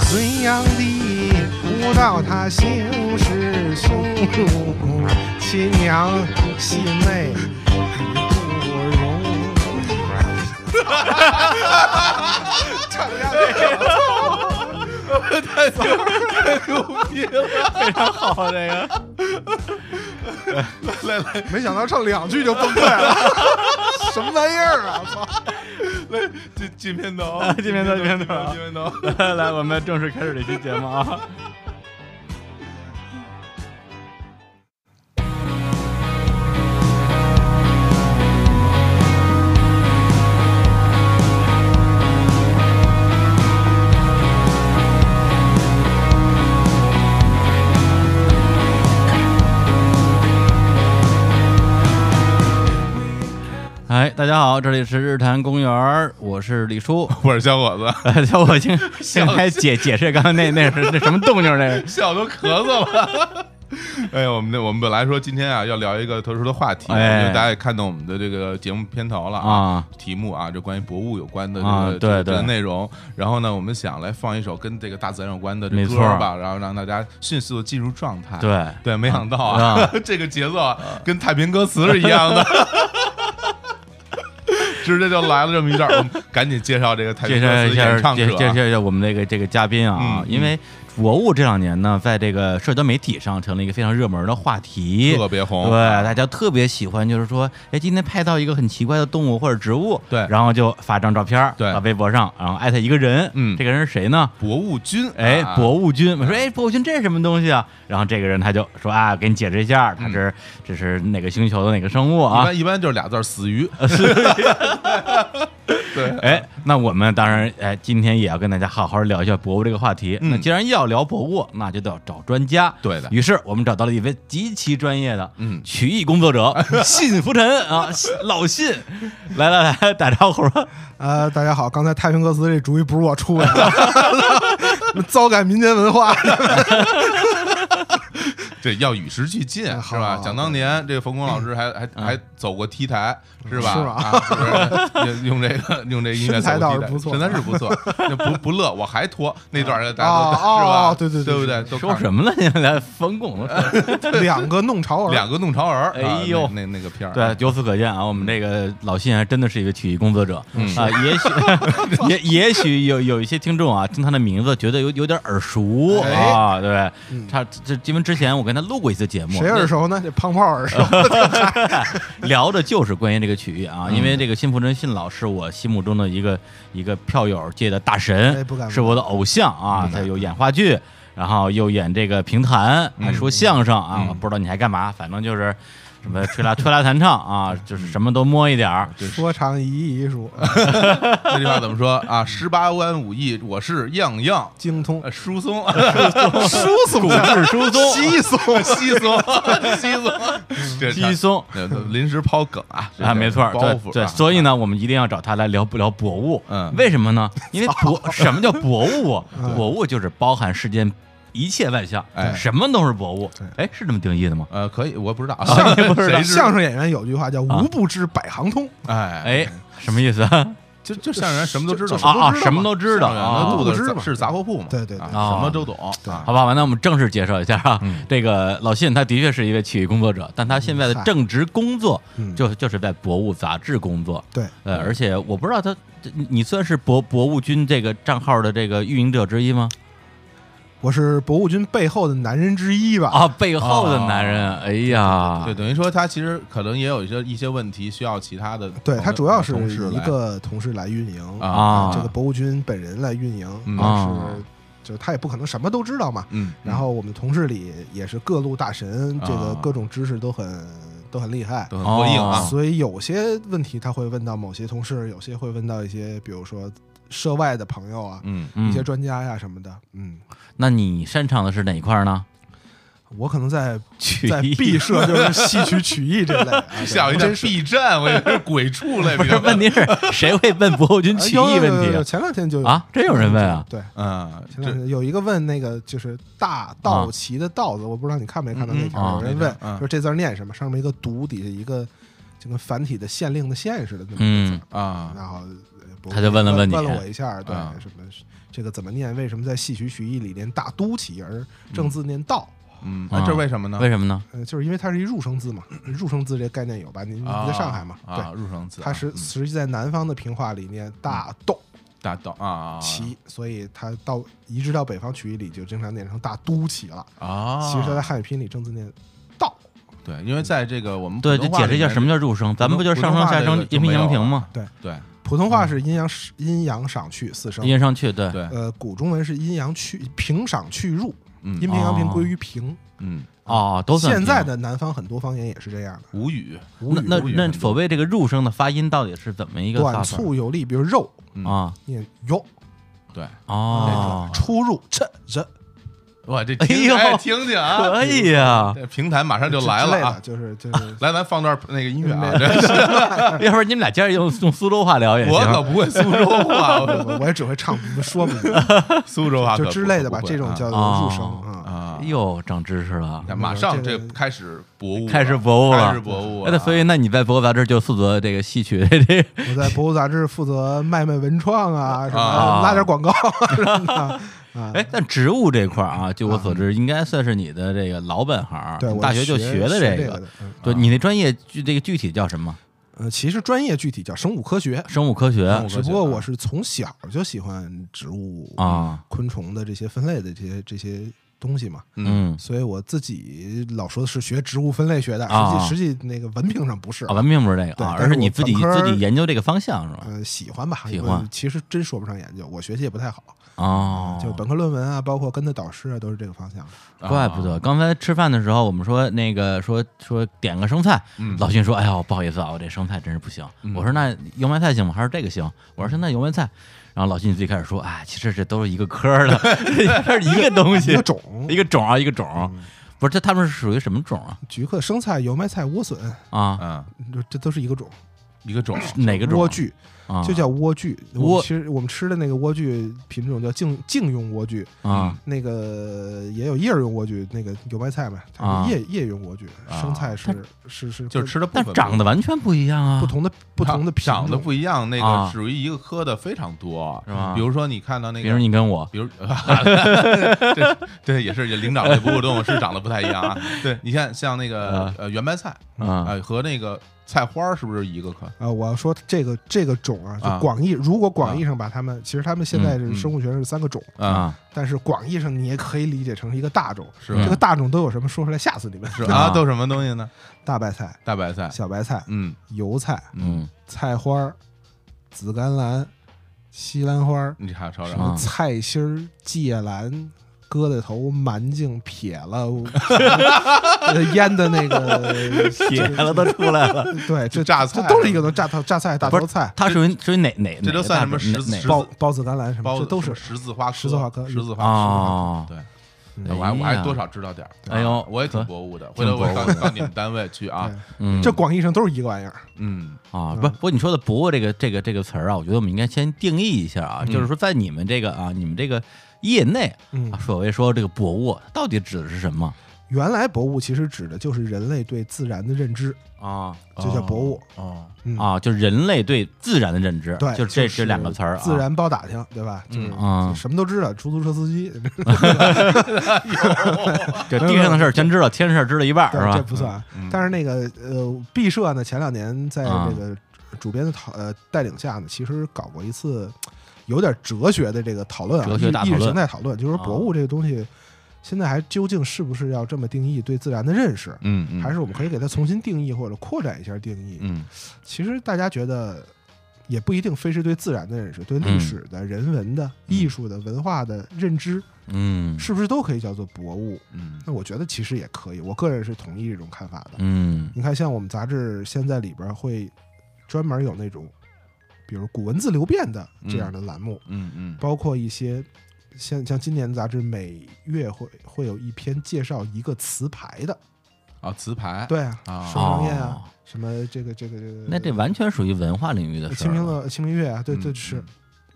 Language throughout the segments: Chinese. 隋炀帝不到他修是凶，亲娘心内不容。唱的 非常好，这个，来来没想到唱两句就崩溃了，什么玩意儿啊！操，来，进进片头啊进片头进片头进片头。 来，我们正式开始这期节目啊。 哎，大家好，这里是日坛公园儿，我是李叔， 我是小伙子， 呃，叫我先先来解解释刚刚那那是那什么动静儿那是。笑都咳嗽了。 哎呀，我们那我们本来说今天啊要聊一个特殊的话题，哎因为大家也看到我们的这个节目片头了啊，题目啊就关于博物有关的这啊个对这个这个对内容。然后呢，我们想来放一首跟这个大自然有关的这没歌错儿吧，然后让大家迅速的进入状态。对对，没想到啊， 这个节奏啊跟太平歌词是一样的。 直接就来了这么一段，我们赶紧介绍这个太介平绍歌词一的下演，唱介者介啊。绍一下我们这个这个嘉宾啊嗯，嗯因为博物这两年呢，在这个社交媒体上成了一个非常热门的话题，特别红啊对，大家特别喜欢，就是说，哎，今天拍到一个很奇怪的动物或者植物，对然后就发张照片儿，对到微博上，然后艾特一个人，嗯这个人是谁呢？博物君，哎，啊博物君，我说哎，博物君这是什么东西啊？然后这个人他就说啊，给你解释一下，他这这是哪个星球的哪个生物嗯一啊？般一般就是俩字儿 死鱼。 对，哎，那我们当然哎，今天也要跟大家好好聊一下博物这个话题。嗯那既然要聊博物，那就得要找专家。对的于是我们找到了一位极其专业的嗯曲艺工作 者信福臣啊，信老信，来来来，打招呼吧。呃，大家好，刚才太平歌词这主意不是我出的啊， 糟改民间文化。这要与时俱进，哎好是吧？好嗯想当年，这个冯巩老师还还嗯还走过 T 台，是吧？是吧啊，是不是 用这个用这个音乐身材走过倒 T 是台，不错身材是 不错，那不不乐，我还拖那段儿大哦家都哦 是吧哦？对对对对不对对？都说看什么了？你们来冯巩 了。两个弄潮儿，两个弄潮儿，啊哎呦那那那个片儿，对，，由此可见啊，我们这个老信还真的是一个曲艺工作者、嗯啊。也许 也也许有有一些听众啊，听他的名字觉得有有点耳熟、哎啊，对，嗯他这因为之前我跟他录过一次节目，啊谁耳熟呢？这胖胖耳熟，聊的就是关于这个曲艺啊，因为这个辛福真信老是我心目中的一个一个票友界的大哎神不敢，不是我的偶像啊。他有演话剧，然后又演这个评弹，还说相声啊，嗯我不知道你还干嘛，反正就是什么吹拉吹拉弹唱啊，就是什么都摸一点儿。说唱一艺啊术那句话怎么说啊？十八弯武艺，我是样样精通，呃疏松， 呃输送股市疏松，稀松，稀松，稀 松，这稀松那那临时抛梗啊啊，没错儿，包对袱对，啊所以呢，我们一定要找他来聊聊博物。嗯为什么呢？因为博什么叫博物啊？博物就是包含世间一切万象，哎什么都是博物。哎，是这么定义的吗？呃，可以，我不知道，啊不知道谁知道 啊相声演员有句话叫“无不知百行通哎哎，，什么意思啊？就就相声人什么都知道就嘛，啊，知道嘛什么都知道相声人的啊肚。不知子嘛是是杂货铺嘛，对对对啊啊什么都懂，啊好吧，完了，我们正式介绍一下啊。这个老信他的确是一个曲艺工作者，但他现在的嗯嗨正职工作嗯就就是在博物杂志工作。对呃，而且我不知道他，这你你算是博博物君这个账号的这个运营者之一吗？”。我是博物君背后的男人之一吧？啊，背后的男人，哎呀，对，等于说他其实可能也有一些一些问题需要其他的朋友，对他主要是同事一来个同事来运营啊啊这个博物君本人来运营，嗯啊但是就是他也不可能什么都知道嘛。嗯，然后我们同事里也是各路大神，啊这个各种知识都很都很厉害。都很过硬啊哦，所以有些问题他会问到某些同事，有些会问到一些，比如说涉外的朋友啊，嗯，一嗯些，专家呀什么的，嗯，那你擅长的是哪一块呢？我可能在 曲在艺 B 社就是戏曲曲艺这类啊，对想一下真是 B 站，我以为是鬼畜类不比是较，问题是谁会问伯侯军哎曲有艺有有问有题前两天就有啊？啊，真有人问啊？对，嗯，前两这啊天有一个问那个就是大道旗的道字，我不知道你看没看到那嗯条，啊有人那问条嗯说这字儿念什么？上面一个独，底下一个就跟繁体的县令的县似的那么一个嗯字，啊，然后呃伯他就问了问问你了我一下，对嗯什么这个怎么念？为什么在戏曲曲艺里念大都旗而正字念道？嗯，啊那这为什么呢？为什么呢？呃，就是因为它是一入声字嘛，入声字这概念有吧？你你啊在上海嘛？对啊，，入声字啊，它是嗯实际在南方的平话里念大斗大道啊啊，旗，所以它到移植到北方曲艺里就经常念成大都旗了。啊，其实它在汉语拼音里正字念道，对，因为在这个我们对，就解释一下什么叫叫入声，咱们不就是上普通声、话下这声个、就阴平、没有阳平了吗？对普通话是阴阳阴阳赏去四声，音上去，对，对，呃，古中文是阴阳去平赏去入，嗯阴平阳平哦归于平。嗯，哦，都算现在平的南方很多方言也是这样的，无语，无语那无语那那很多所谓这个入声的发音到底是怎么一个发短法促有力，比如肉嗯啊？念哟，对，哦，出入这这哇，这哎听呦哎听听啊，可以呀，这评弹马上就之来之类了的啊！就是就是 来，咱放段那个音乐啊！这要不然你们俩接着用用苏州话聊也我可行。不会苏州话，我我我也只会唱不说不明白，苏州话可就不之类的吧，不会这种啊叫啊做入声啊。啊！哟，哎长知识了你，看，马上这这个开始博物了，啊开始博物了开始博物了。啊哎，那所以那你在博物杂志就负责这个戏曲的这个我在博物杂志负责卖卖文创啊，什啊么拉点广告啊什么的啊。哎，但植物这块儿啊，据我所知，应该算是你的这个老本行，对，我大学就学的这个。的。嗯啊对，你那专业具这个具体叫什么？呃，其实专业具体叫生物科学，生物科学物科学只不过我是从小就喜欢植物、啊，昆虫的这些分类的这些这些东西嘛，嗯，所以我自己老说是学植物分类学的，啊实际实际那个文凭上不是啊，。文并不是这个对啊，但而是是你我自己本科自儿己研究这个方向是吧？呃，喜欢吧，喜欢我其实真说不上研究，我学习也不太好，哦，就本科论文啊，包括跟的导师啊，都是这个方向的。啊怪不得刚才吃饭的时候，我们说那个说说点个生菜，嗯老俊说：“哎呀，不好意思啊，我这生菜真是不行。嗯我说：“那油麦菜行吗？还是这个行？”我说：“现在油麦菜。”然后老俊最开始说：“哎，其实这都是一个科儿的， 这是一个东西一个，种，嗯一个种啊，一个种。不是，这他们是属于什么种啊？菊科、生菜、油麦菜、莴笋，啊，嗯，这这都是一个种。一个种哪个种？呃莴苣啊，就叫莴苣，莴我们其实我们吃的那个莴苣品种叫茎茎用莴苣，啊，那个也有叶儿用莴苣，那个油麦菜嘛，它啊是叶叶用莴苣，啊生菜是是是就是吃的部但分长得完全不一样啊，不同的不同的品种长得不一样，那啊个属于一个科的非常多，是吧比如说你看到那比如个。你跟我比如， 这这也是灵长类哺乳动物是长得不太一样啊。对你看，像那个啊呃圆白菜嗯啊呃，和那个菜花儿是不是一个科？啊，我要说这个这个种啊，啊就广义，如果广义上把它们，其实它们现在嗯是生物学上是三个种，啊，啊，但是广义上你也可以理解成一个大种。是这吧个大种都有什么？说出来吓死你们！是啊啊，都什么东西呢？大白菜、大白菜，小白菜、嗯油菜、嗯，菜花儿、紫甘蓝、西兰花儿、你还有啥什啥？啊么菜心儿、芥兰、疙瘩头、蛮劲、撇了、 呃腌的那个铁了都出来了。对，这榨菜这都是一个东西榨头榨菜、大不是头菜、它属于属于哪哪？这都算什么十哪十包包子、甘蓝什么，包这子都是十字花科十字花科十字哪花哦科。对，哎我还我哎还呀多少知道点儿。哎呦啊我也挺可博物的，回挺头我博到物的到你们单位去啊对。嗯，这广义上都是一个玩意儿。嗯啊，嗯不，不过你说的“博物”这个这个这个词儿啊，我觉得我们应该先定义一下啊，嗯就是说在你们这个啊，你们这个业内，嗯啊所谓说这个博物到底指的是什么原来博物其实指的就是人类对自然的认知，啊这叫博物。哦，嗯，啊？就人类对自然的认知，对，就这是这两个词儿啊，自然包打听，对吧？就是嗯啊什么都知道，出租车司机，就地上的事儿全知道，天上的事儿知道一半儿对是这吧？不算啊嗯。但是那个呃，B 社呢，前两年在啊这个主编的讨呃带领下呢，其实搞过一次有点哲学的这个讨论啊，哲学意大讨意论识形态讨论，就是说啊博物这个东西现在还究竟是不是要这么定义对自然的认识，嗯嗯，还是我们可以给它重新定义或者扩展一下定义？嗯其实大家觉得也不一定非是对自然的认识，对嗯历史的、人文的、艺术的、文化的认知，嗯是不是都可以叫做博物？嗯那我觉得其实也可以，我个人是同意这种看法的。嗯你看，像我们杂志现在里边会专门有那种比如古文字流变的这样的栏目，嗯嗯包括一些像像今年杂志每月会会有一篇介绍一个词牌的，啊，词牌，对啊，啊收藏宴啊，哦什么这个这个这个，那这完全属于文化领域的事清儿明了。乐清明月啊，对嗯对嗯是，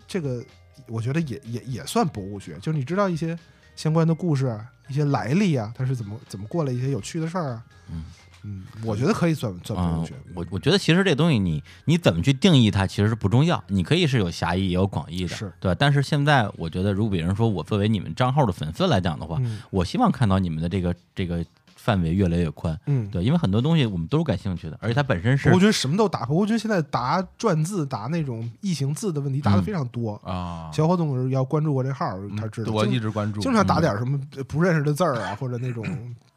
这个我觉得也也也算博物学，就是你知道一些相关的故事、啊、一些来历啊，它是怎么怎么过来一些有趣的事儿啊，嗯嗯，我觉得可以算算博嗯物学，，我我觉得其实这东西你你怎么去定义它，其实是不重要。你可以是有狭义也有广义的，是对吧？但是现在我觉得，如果比如说我作为你们账号的粉丝来讲的话，嗯我希望看到你们的这个这个范围越来越宽，嗯，对，因为很多东西我们都是感兴趣的，而且它本身是博物君什么都答，博物君现在答篆字、答那种异形字的问题答的非常多。啊，小伙总是要关注我这号儿，嗯他知道。我经一直关注，经常打点什么不认识的字儿啊，或者那种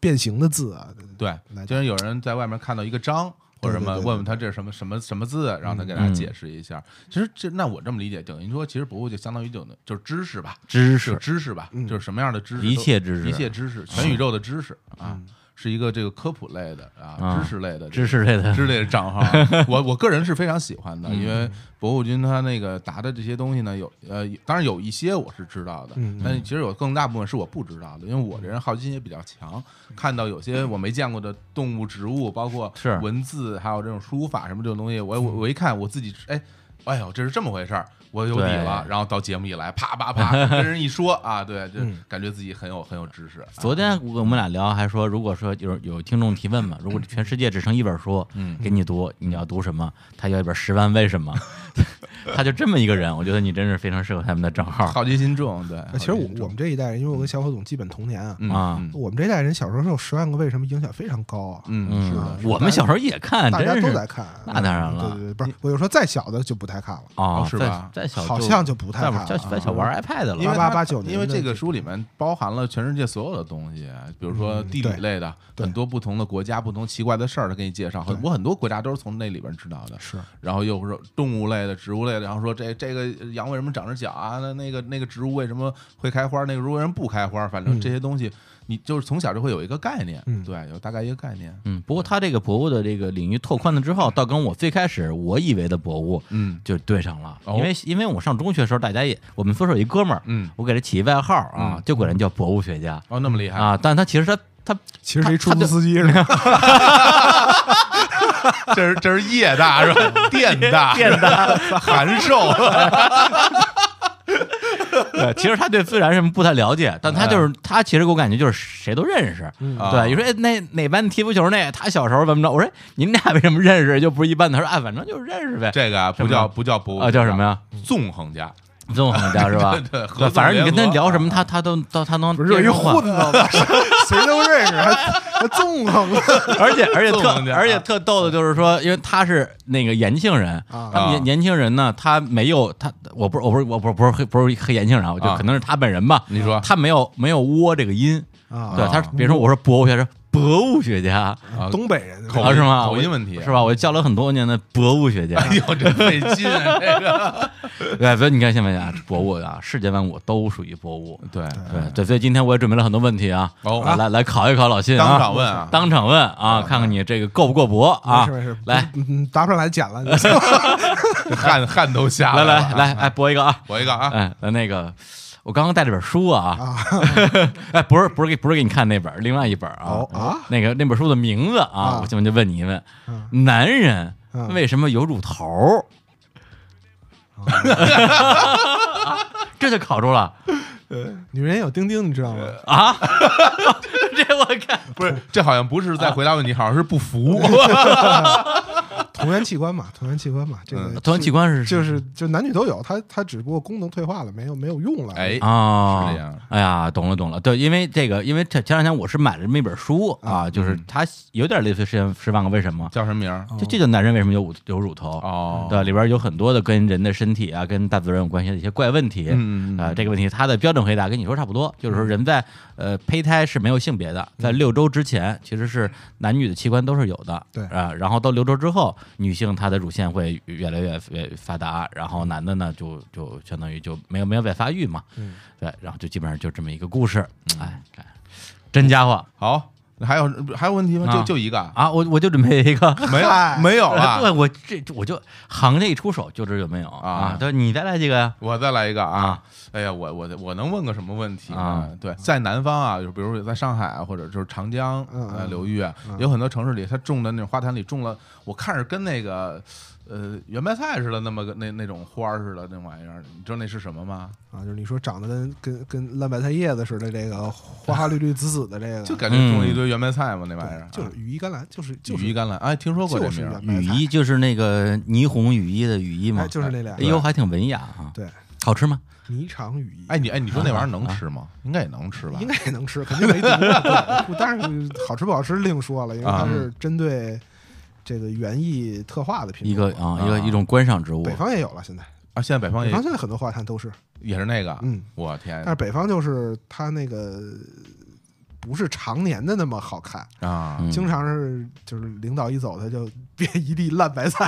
变形的字啊。对，来经常有人在外面看到一个章或对者什么，对对问问他这是什么什么什么字，让他给大家解释一下。其实这那我这么理解，等于说其实博物就相当于就就是知识吧，知是识，知识吧，嗯就是什么样的知识都，一切知识一切知识，全宇宙的知识啊嗯，是一个这个科普类的啊，啊知识类的这知个识类的， 之类的账号，啊 我我个人是非常喜欢的，因嗯为博物君他那个答的这些东西呢，有呃，当然有一些我是知道的嗯，但是其实有更大部分是我不知道的，因为我这人好奇心也比较强，看到有些我没见过的动物、植物，包括是文字，还有这种书法什么这种东西，我我嗯我一看我自己，哎。哎呦，这是这么回事儿，我有底对了。然后到节目一来，啪啪啪，跟人一说啊，对，就嗯感觉自己很有很有知识。啊昨天我们俩聊还说，如果说有有听众提问嘛，如果全世界只剩一本书，嗯给你读，你要读什么？他要一本《十万为什么》， 他就这么一个人，我觉得你真是非常适合他们的账号好奇心重，对。其实好奇我心我重们这一代人，因为我跟小伙总基本同年啊，嗯啊嗯我们这一代人小时候受《十万个为什么》影响非常高啊，嗯，嗯，是的，我们小时候也看，大家真都是在看。啊那当然了对对对，不是，我就说再小的就不太看了，啊，哦是吧在在小好就像就不太在看玩在了。啊嗯在小玩 iPad 了因88为它89年因为的这这个个书里面包含了全世界所有的东西，啊比如说地理对类的，对很多不同的国家、不同奇怪的事儿，他给你介绍。很对我很多国家都是从那里边知道的。是，然后又说动物类的、植物类的，然后说这这个羊为什么长着脚啊？那那个那个植物为什么会开花？那个植物为什么不开花？反正嗯这些东西，你就是从小就会有一个概念，嗯对，有大概一个概念。嗯，不过他这个博物的这个领域拓宽了之后，倒跟我最开始我以为的博物嗯就对上了，哦因为因为我上中学的时候，大家也我们宿舍有一哥们儿，嗯，我给他起一外号啊嗯，就管人叫博物学家哦，那么厉害，啊，但他其实他他其实他是一出租司机是吧？这是这是业大是吧？电大，电大， 函授。对，呃其实他对自然什么不太了解，但哎他就是他，其实给我感觉就是谁都认识。嗯啊对，你说哎那哪班踢足球那他小时候怎么着？我说你们俩为什么认识？就不是一般的。他说啊，反正就是认识呗。这个啊，不什么叫不叫博物啊，叫什么呀？呀？纵横家，纵横家是吧对？ 对合对，纵反正你跟联他合聊什么，他他都他他 能不是有一接 受混子吗？谁都认识，还还纵横而且而且纵横特家而且特逗的就是说，因为他是那个延庆人，啊他们啊年年轻人呢，他没有他，我不是我不是我不是不是黑不是黑延庆人啊，我就啊可能是他本人吧。你 说他没有没有窝这个音，啊！对，他是比如说我说博物学家，博物学家，啊东北人口啊音是吗？口我音问题是吧？我叫了很多年的博物学家，哎呦， 真费劲啊，这个。对，所以你看现在啊，博物啊，世界万物都属于博物。对 对对，所以今天我也准备了很多问题啊，哦来来来考一考老信啊，当场问啊当场问啊，看看你这个够不够博啊没事没事，，来嗯，嗯答不上来剪 了。这汗汗都下来了来，来，哎，博一个啊，我一个啊，哎，来那个。我刚刚带了本书啊， 哎，不是不是给不是给你看那本，另外一本啊哦，啊那个那本书的名字啊啊，我现在就问你一问，嗯男人嗯为什么有乳头儿？ 这就考住了 女人有丁丁，你知道吗？啊！这我看不是，这好像不是在回答问题，好像是不 服。啊同源器官嘛，同源器官嘛，嗯这个同源器官是就是就男女都有，它它只不过功能退化了，没有没有用了。 哎，啊，是这样。哎呀，懂了懂了，对，因为这个，因为这前两天我是买了这么一本书啊，就是它有点类似《十十万个为什么叫什么名儿》，？就这就男人为什么有乳有乳头哦对，里边有很多的跟人的身体啊、跟大自然有关系的一些怪问题。嗯嗯嗯嗯啊、这个问题它的标准回答跟你说差不多，就是说人在呃胚胎是没有性别的，在六周之前其实是男女的器官都是有的。对啊、然后到六周之后，女性她的乳腺会越来越越发达，然后男的呢就就相当于就没有没有在发育嘛。嗯，嗯对，然后就基本上就这么一个故事。哎，哎真家伙，好，还有还有问题吗？啊就就一 个啊，啊，我我就准备一个，没有嗨没有啊 呃对了，我这我就行这一出手就知有没有啊对，你再来几个呀？我再来一个啊啊！哎呀，我我我能问个什么问题啊？对，在南方啊，就比如说在上海啊，或者就是长江嗯呃嗯流域啊，有很多城市里，它种的那种花坛里种了，我看着跟那个呃圆白菜似的，那么个那那种花儿似的那玩意儿，你知道那是什么吗？啊，就是你说长得跟跟跟烂白菜叶子似的，这个花花绿绿紫紫的这个，就感觉种了一堆圆白菜嘛，那玩意儿啊对嗯就是羽衣甘蓝，就是就羽是衣甘蓝，哎，听说过这就是名儿圆，白雨菜，衣就是那个霓虹雨衣的雨衣嘛哎，，就是那俩哎，呦，还挺文雅啊。对，好吃吗？霓裳羽衣，哎，你哎，你说那玩意啊儿能吃吗？应该也能吃吧应？该也能吃，肯定没毒。啊对但是好吃不好吃另说了，因为它是嗯针对这个园艺特化的品一种个嘛。啊，一个一种观赏植物北。方也有了，现在啊，现在北方北也方现在很多花坛都是，也是那个，嗯，我天但是北方就是它那个不是常年的那么好看，啊！嗯经常是就是领导一走，他就 变一地烂白 菜，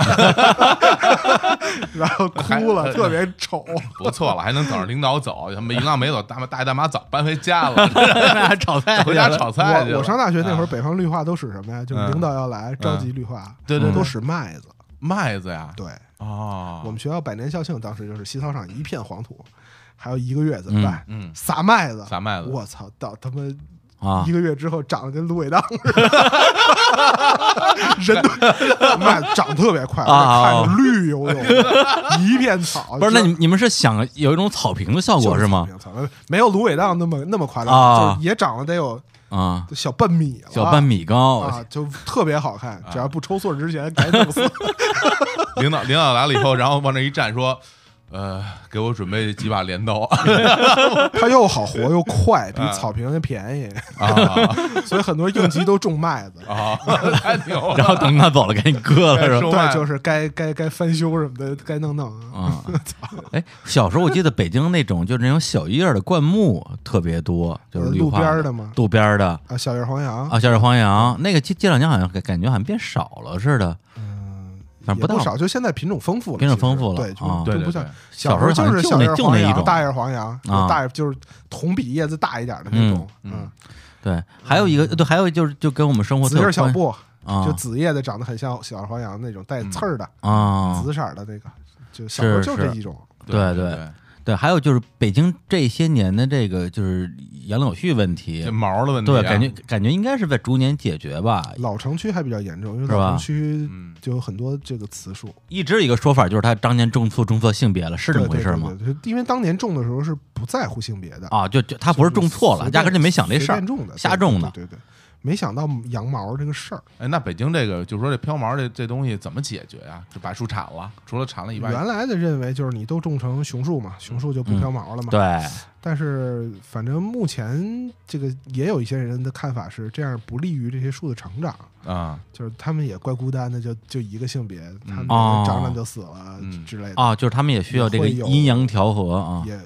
然后哭还了，特别丑。不错了，还能等着领导走，他们一浪没走，大妈大爷大妈早搬回家 了，那 炒菜回家 炒菜去了。我我上大学那会儿，啊北方绿化都使什么呀？就是嗯领导要来，召集绿化，对对对啊都使麦子。麦子呀，对，哦，我们学校百年校庆当时就是西操场一片黄土，还有一个月怎嗯么办？嗯，撒麦子，撒麦子啊我操，到他妈啊一，个月之后长得跟芦苇荡似的， 人都麦子长得特别快，啊而且看着绿油油的，一片草。不是？那就你你们是想有一种草坪的效就果是吗？草坪？草没有芦苇荡那么那么夸张，啊就是也长了得有啊，小半米了，小半米啊高，啊，就特别好看。只要不抽穗儿之前，赶紧 弄死。领导领导来了以后，然后往那一站，说，呃，给我准备几把镰刀 它又好活又快，比啊草坪那便宜， 啊所以很多应急都种麦子。啊，太 牛然了后等他走了，赶紧割哎了是吧？种麦对，就是该该该翻修什么的，该弄弄啊。啊，哎，小时候我记得北京那种就是那种小叶儿的灌木特别多，就是绿呃路化边儿的吗路边儿的啊，小叶黄杨，啊，小叶黄杨那个这这两年好像感感觉好像变少了似的，嗯，反正也不不大少，就现在品种丰富了，品种其实丰富了对，就啊并对对不像对小时候小时候好是像就小叶那就黄那一杨、种大叶黄杨，啊大叶就是同比叶子大一点的那种，嗯嗯，对，还有一个对，还有就是就跟我们生活紫特叶有小关布，啊嗯就紫叶的长得很像小叶黄杨那种带刺儿的啊，紫色儿的那个，就小时候是就是这是一种，对对对，对，还有就是北京这些年的这个就是养老序问题这，毛的问题啊，对，感觉感觉应该是在逐年解决吧。老城区还比较严重，因为是吧老城区嗯就有很多这个雌树，一直有一个说法就是他当年种错种错性别了，是这么回事吗对？？对对对因为当年种的时候是不在乎性别的，啊，就就他不是种错了，随便压根就没想这事随儿便，种的，瞎种的对对对对对没想到羊毛这个事儿。哎，那北京这个，就是说这飘毛这这东西怎么解决呀？就把树铲了，除了铲了以外，原来的认为就是你都种成熊树嘛，熊树就嗯不飘毛了嘛。对。但是反正目前这个也有一些人的看法是，这样不利于这些树的成长。啊，就是他们也怪孤单的，就就一个性别，他们哦长长就死了嗯之类的，啊，就是他们也需要这个会有阴阳调和啊也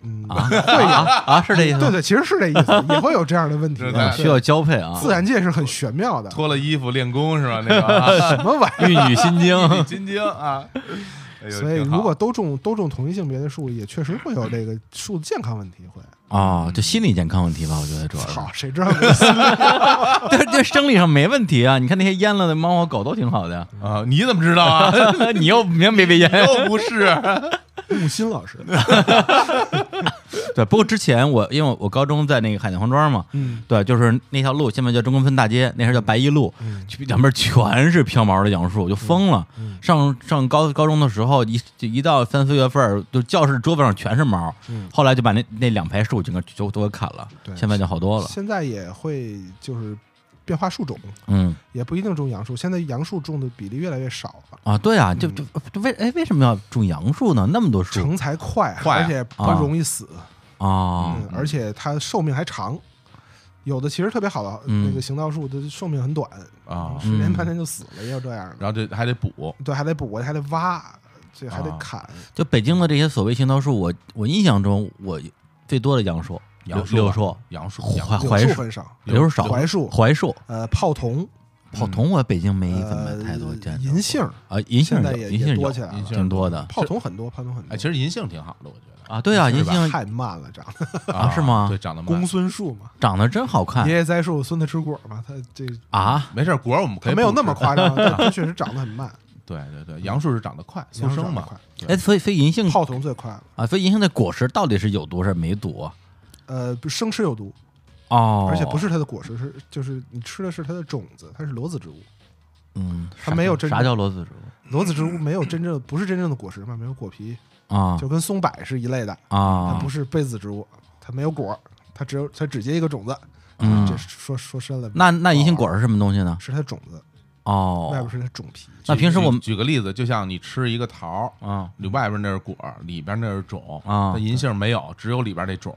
嗯啊会有。啊，是这意思 对吗？对，其实是这意思，也会有这样的问题 是的。的啊对需要交配啊，自然界是很玄妙的，脱了衣服练功是吧？那个啊 什么玩意玉女心经一笔金经啊，哎儿？呦所以挺好如果都种都种同一性别的树，也确实会有这个树的健康问题。会，啊，就心理健康问题吧，我觉得主要是操，，谁知道没心对对，生理上没问题啊。你看那些淹了的猫和狗都挺好 的，啊，你怎么知道啊？你又明没被淹， 又不 是， 木心老师，对，不过之前我因为我高中在那个海淀黄庄嘛，嗯，对，就是那条路现在叫中关村大街，那时候叫白一路，嗯去两边全是飘毛的杨树，我就疯了。上上高高中的时候，一就一到三四月份儿，就教室桌子上全是毛。嗯后来就把那那两排树整个就都给砍了，对现在就好多了。现在也会就是变化树种，嗯也不一定种杨树。现在杨树种的比例越来越少了，啊，对啊，就就就为哎为什么要种杨树呢？那么多嗯树成材快，快啊而且不容易死，啊嗯，而且它寿命还长。有的其实特别好的嗯那个行道树，它寿命很短啊十年半年就死了，也有这样的。然后这还得补，嗯对，还得补，还得挖，这还得啊砍。就北京的这些所谓行道树，我我印象中我最多的杨树，杨柳柳树树吧、杨树、槐杨啊啊柳槐树树、很少，柳树少，槐树、槐树呃，泡桐泡桐我北京没呃怎么太多见着银杏儿啊，银杏现在有也银杏啊也有多起来了银杏挺多的泡桐很多，泡桐很多。哎，其实银杏挺好的，我觉得啊，对啊，银是吧杏太慢了，长得啊是吗对，长得慢公。孙树嘛，长得真好看爷爷栽树，孙子吃果嘛，他这啊，没事儿，果儿我们可他以没有不那么吃夸 张，但他确实长得很慢，对对对，杨树是长得快，速杨树生长嘛得快。对哎，所以所以银杏泡桐最快了。啊，所以银杏的果实到底是有毒是没毒啊？呃，不生吃有毒，哦，而且不是它的果实，是就是你吃的是它的种子，它是裸子植物。嗯，它啥没有叫真啥正叫裸子植物裸子植物没有真正不是真正的果实嘛，没有果皮，啊就跟松柏是一类的，它啊不，是被子植物，它没有果，它只有它只结一个种子。嗯这说说深了，那那银杏果是什么东西呢？是它种子，外哦边，是它种皮。那平时我们举举个例子，就像你吃一个桃儿，啊，你外边那是果儿，里边那是种啊那银杏没有，只有里边那种，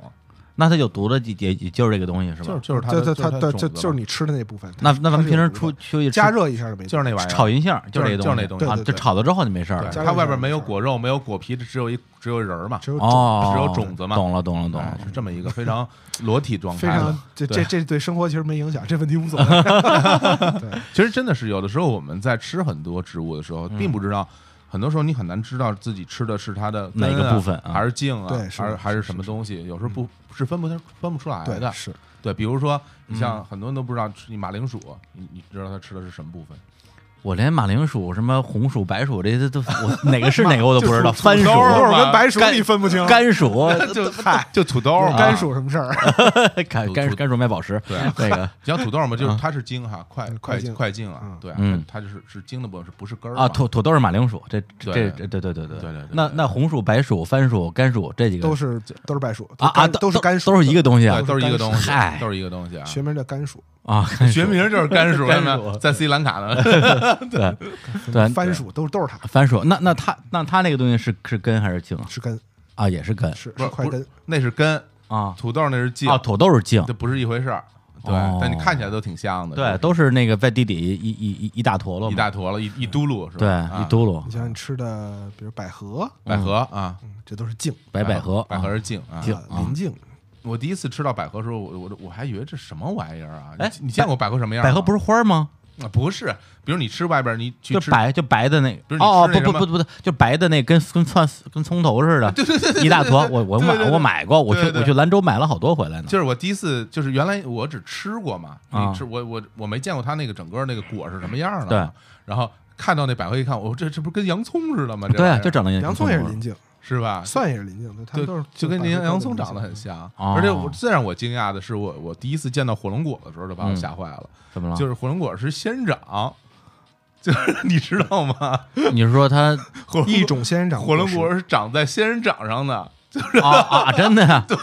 那它有毒的也也就是这个东西是吧？就是就是它就的就它它的对，种就子就是嘛你吃的那部分。那它是那咱们它是平有时毒出的出去吃加热一下就没毒，就是那玩意儿，炒银杏，就是这个就是那东东西西啊，对这对对炒了之后就没事儿对了。加它热外一下边没有没事儿果肉，没有果皮，只有一只有仁儿嘛，只有种哦，只有种子嘛懂了懂了懂哎了。是这么一个非常裸体状非态的常。这对这这对生活其实没影响，这问题无所谓。对，其实真的是有的时候我们在吃很多植物的时候，并不知道，很多时候你很难知道自己吃的是它的哪根个啊部分啊还是茎啊，对还是的是还是什么东西，有时候不是分不清分不出来对的。是对，比如说你像很多人都不知道，你马铃薯，你你知道它吃的是什么部分？我连马铃薯、什么红薯、白薯这些都我哪个是哪个我都不知道。番薯土、豆儿豆嘛跟白薯干你分不清，甘薯、就嗨，就土豆啊嘛，啊甘薯什么事儿？ 甘甘薯甘薯卖宝石，对那 个你像土豆嘛，就是它是茎哈，快嗯快快茎快茎啊嗯，对啊，嗯它它就是是茎的部分，是不是根儿啊，嘛土土豆是马铃薯，这这对这对对对对对对对那对那红薯、白薯、番薯、甘薯这几个都是都是白薯啊啊，都是甘薯，都是一个东西啊对，都是一个东西嗨，都是一个东西啊。学名叫甘薯，啊，甘学薯名就是 甘薯，甘薯看到没有在斯里兰卡呢， 对对番薯都是都是它，番薯。那那它那它那个东西是是根还是茎啊是根，啊？也是根是不是是块不根是，，那是根，啊土豆那是茎啊，，土豆是茎这，不是一回事儿。对哦，但你看起来都挺像的，对，就都是那个在地底一一一一大坨了是一嘛，大坨了，一一嘟噜是吧？对啊一嘟噜你像你吃的，比如百合，百合啊，嗯，这都是茎，白百合百合是茎啊。茎啊鳞茎，我第一次吃到百合的时候，我我我还以为这什么玩意儿啊？你哎你见过百合什么样吗？百合不是花儿吗？啊，不是，比如你吃外边，你去就吃 白就白的那不是你哦哦不吃不那什么不不不，就白的那跟跟蒜跟葱头似的，一大坨。我我对对买对我买过，我去对对我去兰州买了好多回来呢。就是我第一次，就是原来我只吃过嘛，啊你吃我我我没见过它那个整个那个果是什么样的，啊对，然后看到那百合一看，我这这不是跟洋葱似的吗？这玩意对，啊儿就长得洋葱也是鳞茎，是吧？蒜也是鳞茎，对它对们都是，就跟百合您都是洋葱长鳞得茎很像，哦而且我最让我惊讶的是我，我第一次见到火龙果的时候，就把我嗯吓坏了，怎么了？就是火龙果是仙人掌，就是 你知道吗？你是说 它火龙一种仙人掌，火龙果是长在仙人掌上的，啊啊，真的呀？对，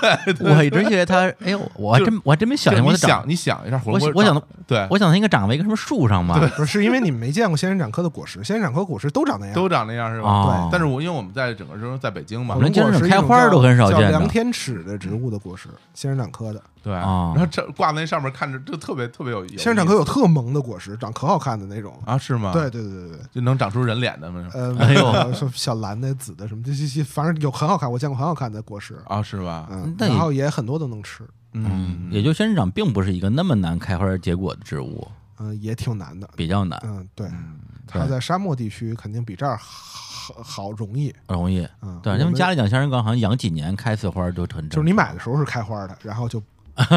我一直以为它，哎呦，我还就真我还真没想就象过你它长想，你想一下火我龙果想我长想对，我想它应该长在一个什么树上吧？不是，是因为你们没见过仙人掌科的果实，仙人掌科果实都长那样，都长那样是吧？哦但是我因为我们在整个就是在北京嘛火我，们龙见果着是一开种花儿叫都很少叫见的量天尺的植物的果实，仙人掌科的。对，哦然后这挂在那上面看着就特别特别有仙人掌有科意有特萌的果实，长可好看的那种思。啊，是吗？对，对对对对。就能长出人脸的吗？呃， 哎呦说小蓝的、紫的什么，这这这，反正有很好看，我见过很好看的果实，啊，是吧？嗯，那也然后也很多都能吃，嗯，也就仙人掌并不是一个那么难开花结果的植物，嗯，也挺难的，比较难，嗯，对，对它在沙漠地区肯定比这儿好好容易，容易。嗯，对，我他们们家里养仙人掌好像养几年开一次花就很就是你买的时候是开花 的，然后就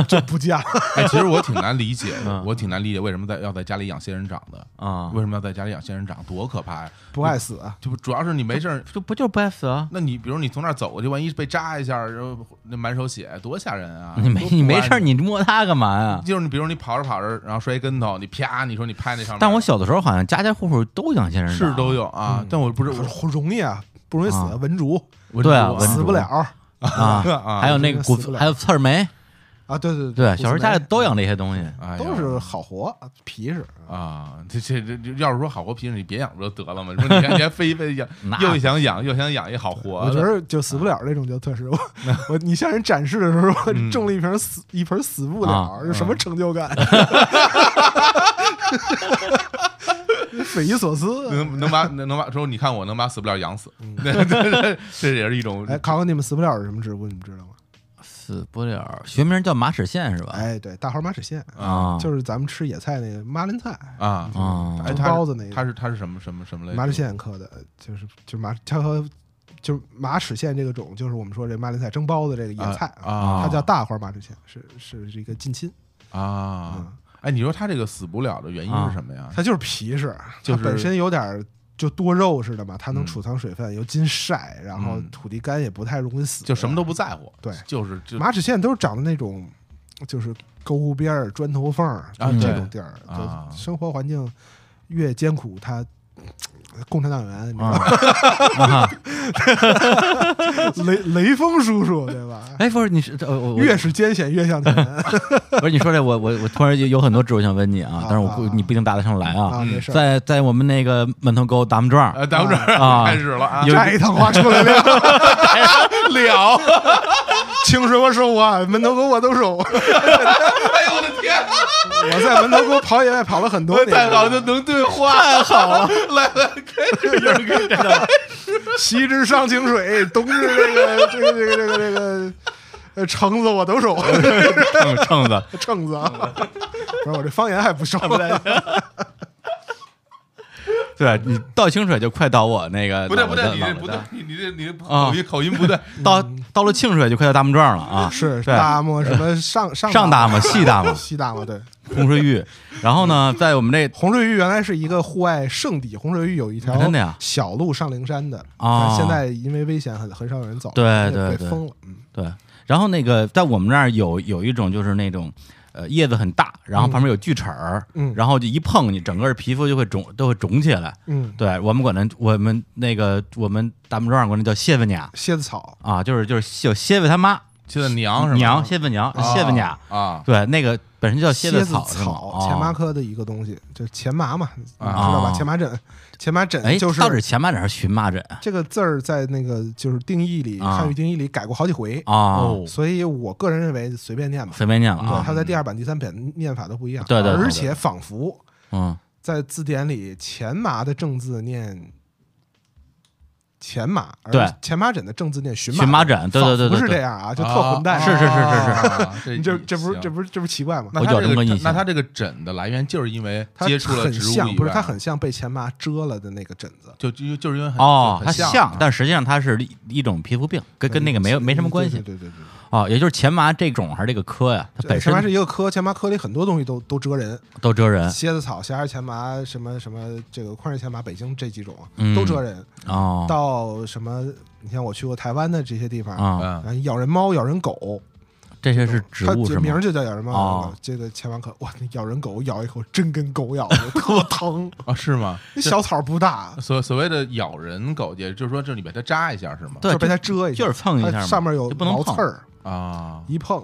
就不见了， 哎，其实我挺难理解的，嗯我挺难理解为什么在要在家里养仙人掌的，啊为，什么要在家里养仙人掌，多可怕呀！不爱死 啊，就主要是你没事儿，就不就是不爱死啊？那你比如你从那儿走过去，万一被扎一下，然后那满手血，多吓人啊！你没多不你没安事儿，全你摸它干嘛呀？就是你，比如你跑着跑着，然后摔一跟头，你啪，你说你拍那上面，但我小的时候好像家家户户都养仙人掌，是都有啊嗯，但我不是我容易啊，不容易死啊，文竹我对啊我蚊死子不了啊， 啊，还有那个这骨个死不，了还有刺儿梅，啊，对对对，小时候家里里都养这些东西。哎呀都是好活皮实，啊，这这这，这要是说好活皮，你别养不就得了吗？你说你天 天飞一飞养 那，又想养又想养一好活的，我觉得就死不了这种就特殊。我我你向人展示的时候，嗯种了一瓶死一盆死不啊了，有什么成就感？ 匪夷所 嗯思。能能把能能把说，你看我嗯 能把死不了养死，对对对，这也是一种哎哎，考考你们死不了是什么植物？你们知道吗？死不了，学名叫马齿苋是吧？哎，对，大号马齿苋啊哎就是咱们吃野菜那个马林菜，啊 啊哎，蒸它包子那个它是它是什么什么什么类？马齿苋科的，就是就是马它和就是马齿苋这个种，就是我们说这马林菜蒸包子这个野菜啊啊它叫大花马齿苋，是是是一个近亲，啊嗯！哎，你说它这个死不了的原因是什么呀？它就是皮实，啊就它是本身有点儿就多肉似的嘛，它能嗯储藏水分，又经晒，然后嗯土地干也不太容易死，就什么都不在乎，对就是就马齿苋都是长的那种，就是沟湖边儿、砖头缝儿啊就是这对种地儿，啊就生活环境越艰苦，它呃共产党员，你知道啊 吗？ 雷雷锋叔叔对 吧？哎，不是你是呃我我越是艰险越向前 不是你说这我我我突然有有很多植物想问你啊啊，但是我不啊啊你不一定答得上来啊。啊！没事儿，在在我们那个门头沟达木庄呃，咱们这啊儿开始了啊，有摘一趟花出来 了， 了，清水我收啊，门头沟我都收。哎呦我的天！我在门头沟跑野外跑了很多年，太好了，就能对话，太好了！ 来来，开始有人跟着西至上清水，东至这个这个这个这个这个呃橙子我都收。 秤秤子， 秤子啊， 不是我这方言还不少。对你倒清水就快到我那个，不对脑不子对，你这脑不子 对，你你这你啊这口音口音不对，到到了清水就快到达木庄了啊， 是对大漠什么上嗯 上上大大嘛，细大嘛，西大漠对。红水峪。然后呢，在我们这红水峪原来是一个户外圣地，红水峪有一条啊真的呀小路上灵山的哦但现在因为危险很很少有人走，对而且对对被封了。嗯对，然后那个在我们那儿有有一种就是那种。呃，叶子很大，然后旁边有锯齿儿，嗯然后就一碰你，整个皮肤就会肿，都会肿起来。嗯，对我们管那我们那个我们大木庄管那叫谢问娘蝎子草啊，就是就是有蝎子他妈嗯现在娘是吧？娘谢问娘谢问娘，啊对，那个本身叫蝎子草是吗草，前麻哦科的一个东西，就前麻嘛，你知啊道吧？哦前麻疹，前麻疹哎，就是到底是前麻疹还是荨麻疹啊？这个字儿在那个就是定义里，啊汉语定义里改过好几回，哦，所以我个人认为随便念吧。随便念了对，啊，它在第二版、第三版念法都不一样。对对对而且仿佛嗯，在字典里，前麻的正字念前麻，而对前麻疹的正字念荨荨麻疹对对对对仿佛是对这样啊， 就特混蛋。是是是 是你这这啊不是这不是这不是奇怪吗？那我他有这这么个个印那象他这个疹的来源就是因为它接触了很植物像，以不是外它很像被前麻蛰了的那个疹子，就就就是因为很哦，很它像像，，但实际上它是一一种皮肤病，跟跟那个没有没什么关系啊对对对对对哦，也就是前麻这种还是这个科呀，它对，本前麻是身嗯一个科，前麻科里很多东西都都蛰人，都蜇人蝎子草、虾仁前麻、什么什么这个宽仁前麻，北京这几种啊嗯都蜇人。哦到什么？你像我去过台湾的这些地方，啊，嗯，啊，咬人猫、咬人狗，这些是植它物这是名吗儿？就叫咬人猫、哦咬人狗。这个前完可哇，那咬人狗咬一口真跟狗咬的， 特疼。啊是吗？那小草不大，所所谓的咬人狗也就是说，就是你把它扎一下是吗？对，就被就它蛰一下，就是蹭一下它嘛上面有就不能毛碰刺儿，啊，一碰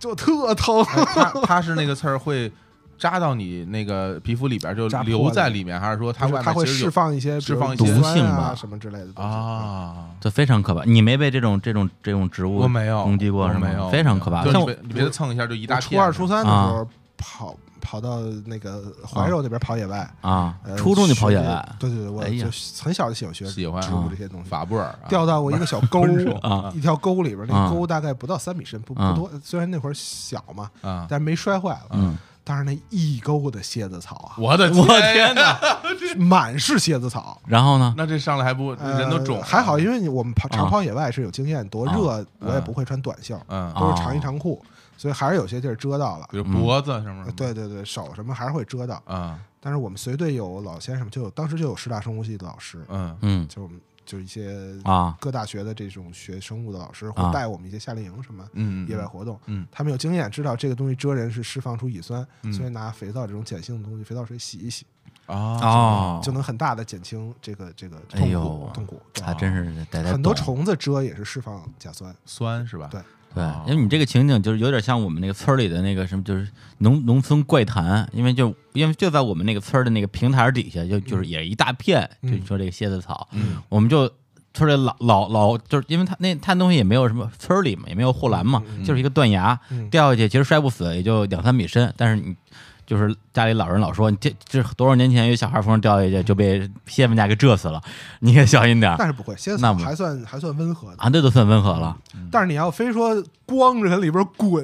就特疼。哎它它是那个刺儿会扎到你那个皮肤里边儿就扎破留在了里面，还是说它就是外面它会其实释有放一些释放一比如些毒性酸啊吧什么之类的东西啊？这非常可怕。你没被这种这种这种植物我没有攻击过我是吗没有，非常可怕就是像你我别你别蹭一下就一大我初片。二、初三的啊时候跑跑到那个怀柔那边跑野外，啊呃，初中就跑野学这外对对对，我哎呀就很小就喜欢学喜欢植物啊这些东西。法布尔啊掉到过一个小 沟啊，一条沟里边，啊那沟大概不到三米深，不啊不多。虽然那会儿小嘛，啊！但是没摔坏了。嗯，但是那一沟的蝎子草啊，我的我天哪！满是蝎子草，然后呢？那这上来还不呃人都肿了？还好，因为你我们跑啊长跑野外是有经验，多热我也不会穿短袖，嗯，啊都是长衣长裤，所以还是有些地儿遮到了比。如脖子什么什么对对对，手什么还是会遮到。啊但是我们随队有老先生，就有当时就有师大生物系的老师，嗯嗯就我们就一些啊各大学的这种学生物的老师啊会带我们一些夏令营什么嗯野外活动，嗯他们有经验，知道这个东西蜇人是释放出乙酸，嗯所以拿肥皂这种碱性的东西，肥皂水洗一洗，啊哦，就能很大的减轻这个这个哎痛呦苦痛苦。对还真是得得很多懂虫子蛰也是释放甲酸，啊酸是吧？对对啊，因为你这个情景就是有点像我们那个村儿里的那个什么，就是农农村怪谈，因为就因为就在我们那个村儿的那个平台底下，就就是也一大片，就嗯你说这个蝎子草，嗯我们就村儿里老老老就是因为他那他那东西也没有什么村儿里嘛，也没有护栏嘛，就是一个断崖，嗯掉下去其实摔不死，也就两三米深，但是你就是家里老人老说你这这多少年前有小孩从上掉下去就被蝎子架给蛰死了，你也小心点儿但是不会，蝎子那么还算还算温和的。啊，这都算温和了。但是你要非说光着它里边滚，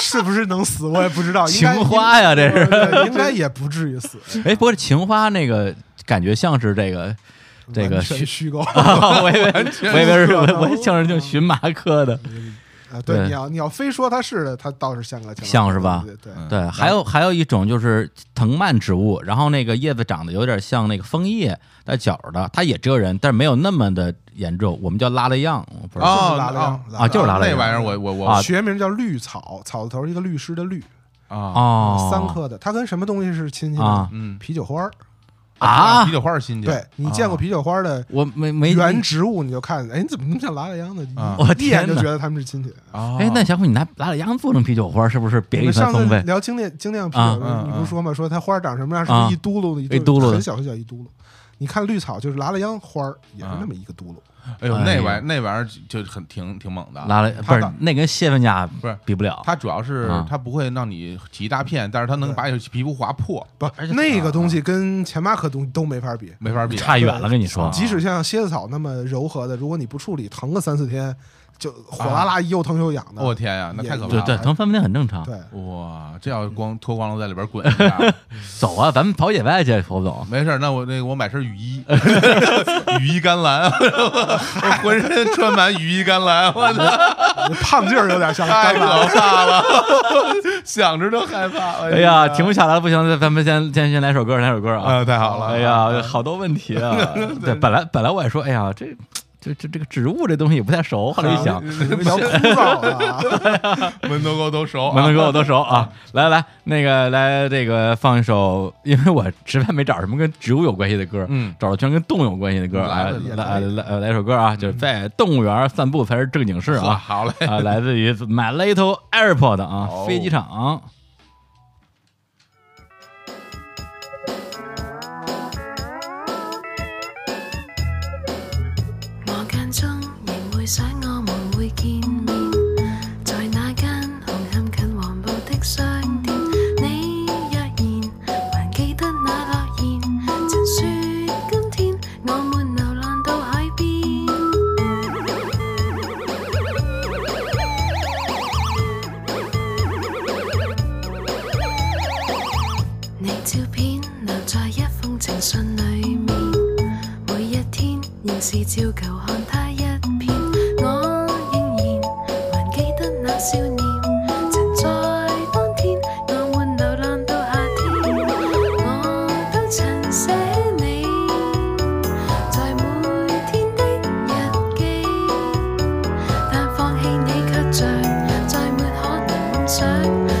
是不是能死我也不知道。应该情花呀这是对应该也不至于死，哎，不过情花那个感觉像是这个 这个啊完全驯，虚构。我以为我以为是是我吧我像是就驯马科的。 啊，对，对你要你要非说它是的，它倒是像个像是吧对对，对嗯对，还有还有一种就是藤蔓植物，然后那个叶子长得有点像那个枫叶带角儿的，它也蜇人，但是没有那么的严重，我们叫拉了样，我不知道。就是哦拉了样哦拉了啊就是拉了那样玩意儿我，我我啊学名叫绿草，草字头一个律师的律，啊哦，三颗的，它跟什么东西是亲戚啊呢？嗯啤酒花儿，啊啤酒花儿新鲜，啊对你见过啤酒花的我没啊没原植物，你就看，哎，你怎么那么像拉拉秧的？啊我一眼天就哪觉得他们是亲戚。啊，哎，那小虎，你拿拉了秧做成啤酒花，是不是别我一们帆上次风味？聊精酿精酿啤啊酒的时嗯候，你不嗯是说吗？说它花长什么样，是啊不是一嘟噜的，一嘟噜的很小很小一嘟噜。你看绿草就是拉拉秧花儿，也啊是那么一个嘟噜。哎呦，哎那呀玩意儿那玩意儿就就很挺挺猛的，拉了不它是那跟谢文家不是比不了它主要是啊它不会让你起一大片，但是它能把你皮肤划破，不，那个啊东西跟前马可东西都没法比。没法比。差远了，跟你说。啊即使像蝎子草那么柔和的，如果你不处理，疼个三四天，就火辣辣又疼又痒的。啊我天呀，那太可怕对了！对，疼翻不天很正常。对，哇，这嗯要光脱光了在里边 滚一下，走啊，咱们跑野外去，侯总。没事儿，那我那个我买身雨衣， 雨衣甘蓝， 我浑身穿满雨衣甘蓝，我操，胖劲儿有点像太干可了。怕了， 想着都害怕。哎呀，停不下来了，不行，咱们先先先来首歌，来首歌啊。啊，太好了，哎呀，好多问题 啊！对，本来本来我也说，哎呀，这这这这个植物这东西也不太熟，后来一想，聊枯燥啊 了，门头沟都熟啊，门头哥我都熟啊！来来，那个来这个放一首，因为我实在没找什么跟植物有关系的歌，嗯，找了全跟动物有关系的歌，来来吧来来来首歌啊，就是在动物园散步才是正经事哇啊！好嘞，啊，来自于 My Little Airport 啊，好飞机场。我間中仍會想我們會見面，在那間紅磡近黃埔的商店。你若然還記得那諾言，曾說今天我們流浪到海邊。你照片留在一封情信裏面。每一天仍是照舊看他一遍，我仍然還記得那少年，曾在當天我們流浪到夏天，我都曾寫你，在每天的日記，但放棄你卻像再沒可能想，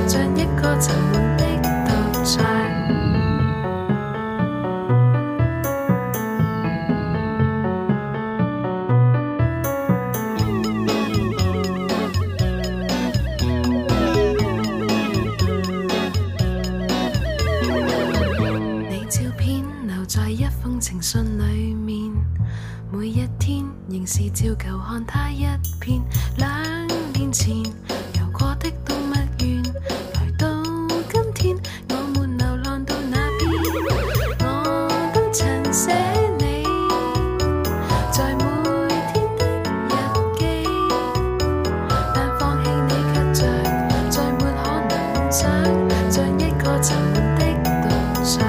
像一個沉悶的獨裁。你照片留在一封情信裏面，每一天仍是照舊看它一遍。兩年前遊過的動物園，來到今天，我們流浪到那邊，我都曾寫你，在每天的日記，但放棄你卻像再沒可能想，像一個沉悶的獨相。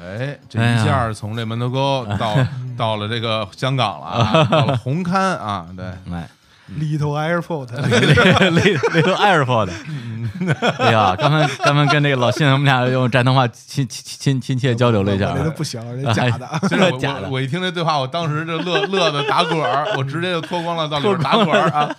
哎，这一下从这门头沟 到到了这个香港了啊，到了红磡啊，对，来 Little Airport， ，Little Airport。哎嗯呀，刚才刚才跟这个老信我们俩用山东话亲亲亲亲切交流了一下哎我，这都不行， 这假的。其实我假的我 我一听这对话，我当时就乐嗯乐的打滚儿，我直接就脱光了到里边打滚儿啊，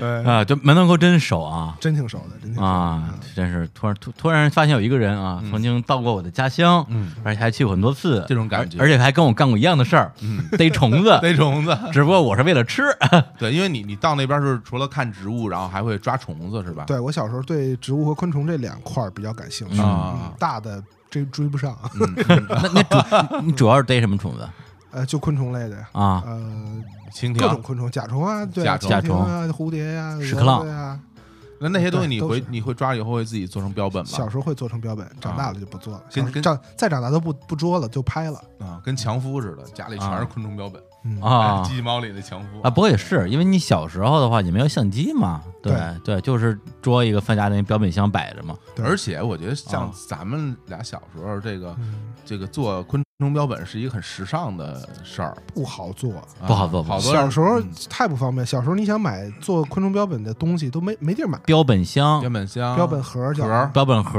哎，啊，就门头沟真熟啊真挺熟的，真挺熟的啊！真是突然突突然发现有一个人啊，曾经到过我的家乡， 嗯，而且还去过很多次，这种感觉而而且还跟我干过一样的事儿，嗯，逮虫子，逮虫子，只不过我是为了吃， 对，因为你你到那边是除了看植物，然后还会抓虫子，是吧？对我小时候对植物和昆虫这两块儿比较感兴趣，啊嗯嗯大的追追不上，那那主你主要是逮什么虫子呃，就昆虫类的呀，啊？呃，蜻各种蜓，昆虫，甲虫啊，对啊，甲虫蜻蜓啊，蝴蝶呀，屎蛾壳郎子呀，那那些东西对你都回是你会抓以后会自己做成标本小吗？时候会做成标本，长大了就不做了，啊跟小时跟长再长大都不不捉了，就拍了，啊，跟强夫似的，家里全是昆虫标本嗯啊哎机器猫里的强夫啊，不过也是，因为你小时候的话，你没有相机嘛，对对对，就是捉一个范家那标本箱摆着嘛，对而且我觉得像啊咱们俩小时候，这个嗯这个做昆虫标本是一个很时尚的事儿，不好做。啊不好做不好好多人小时候嗯太不方便，小时候你想买做昆虫标本的东西都没没地儿买，标本箱标、本箱、标本盒叫啊盒儿标本盒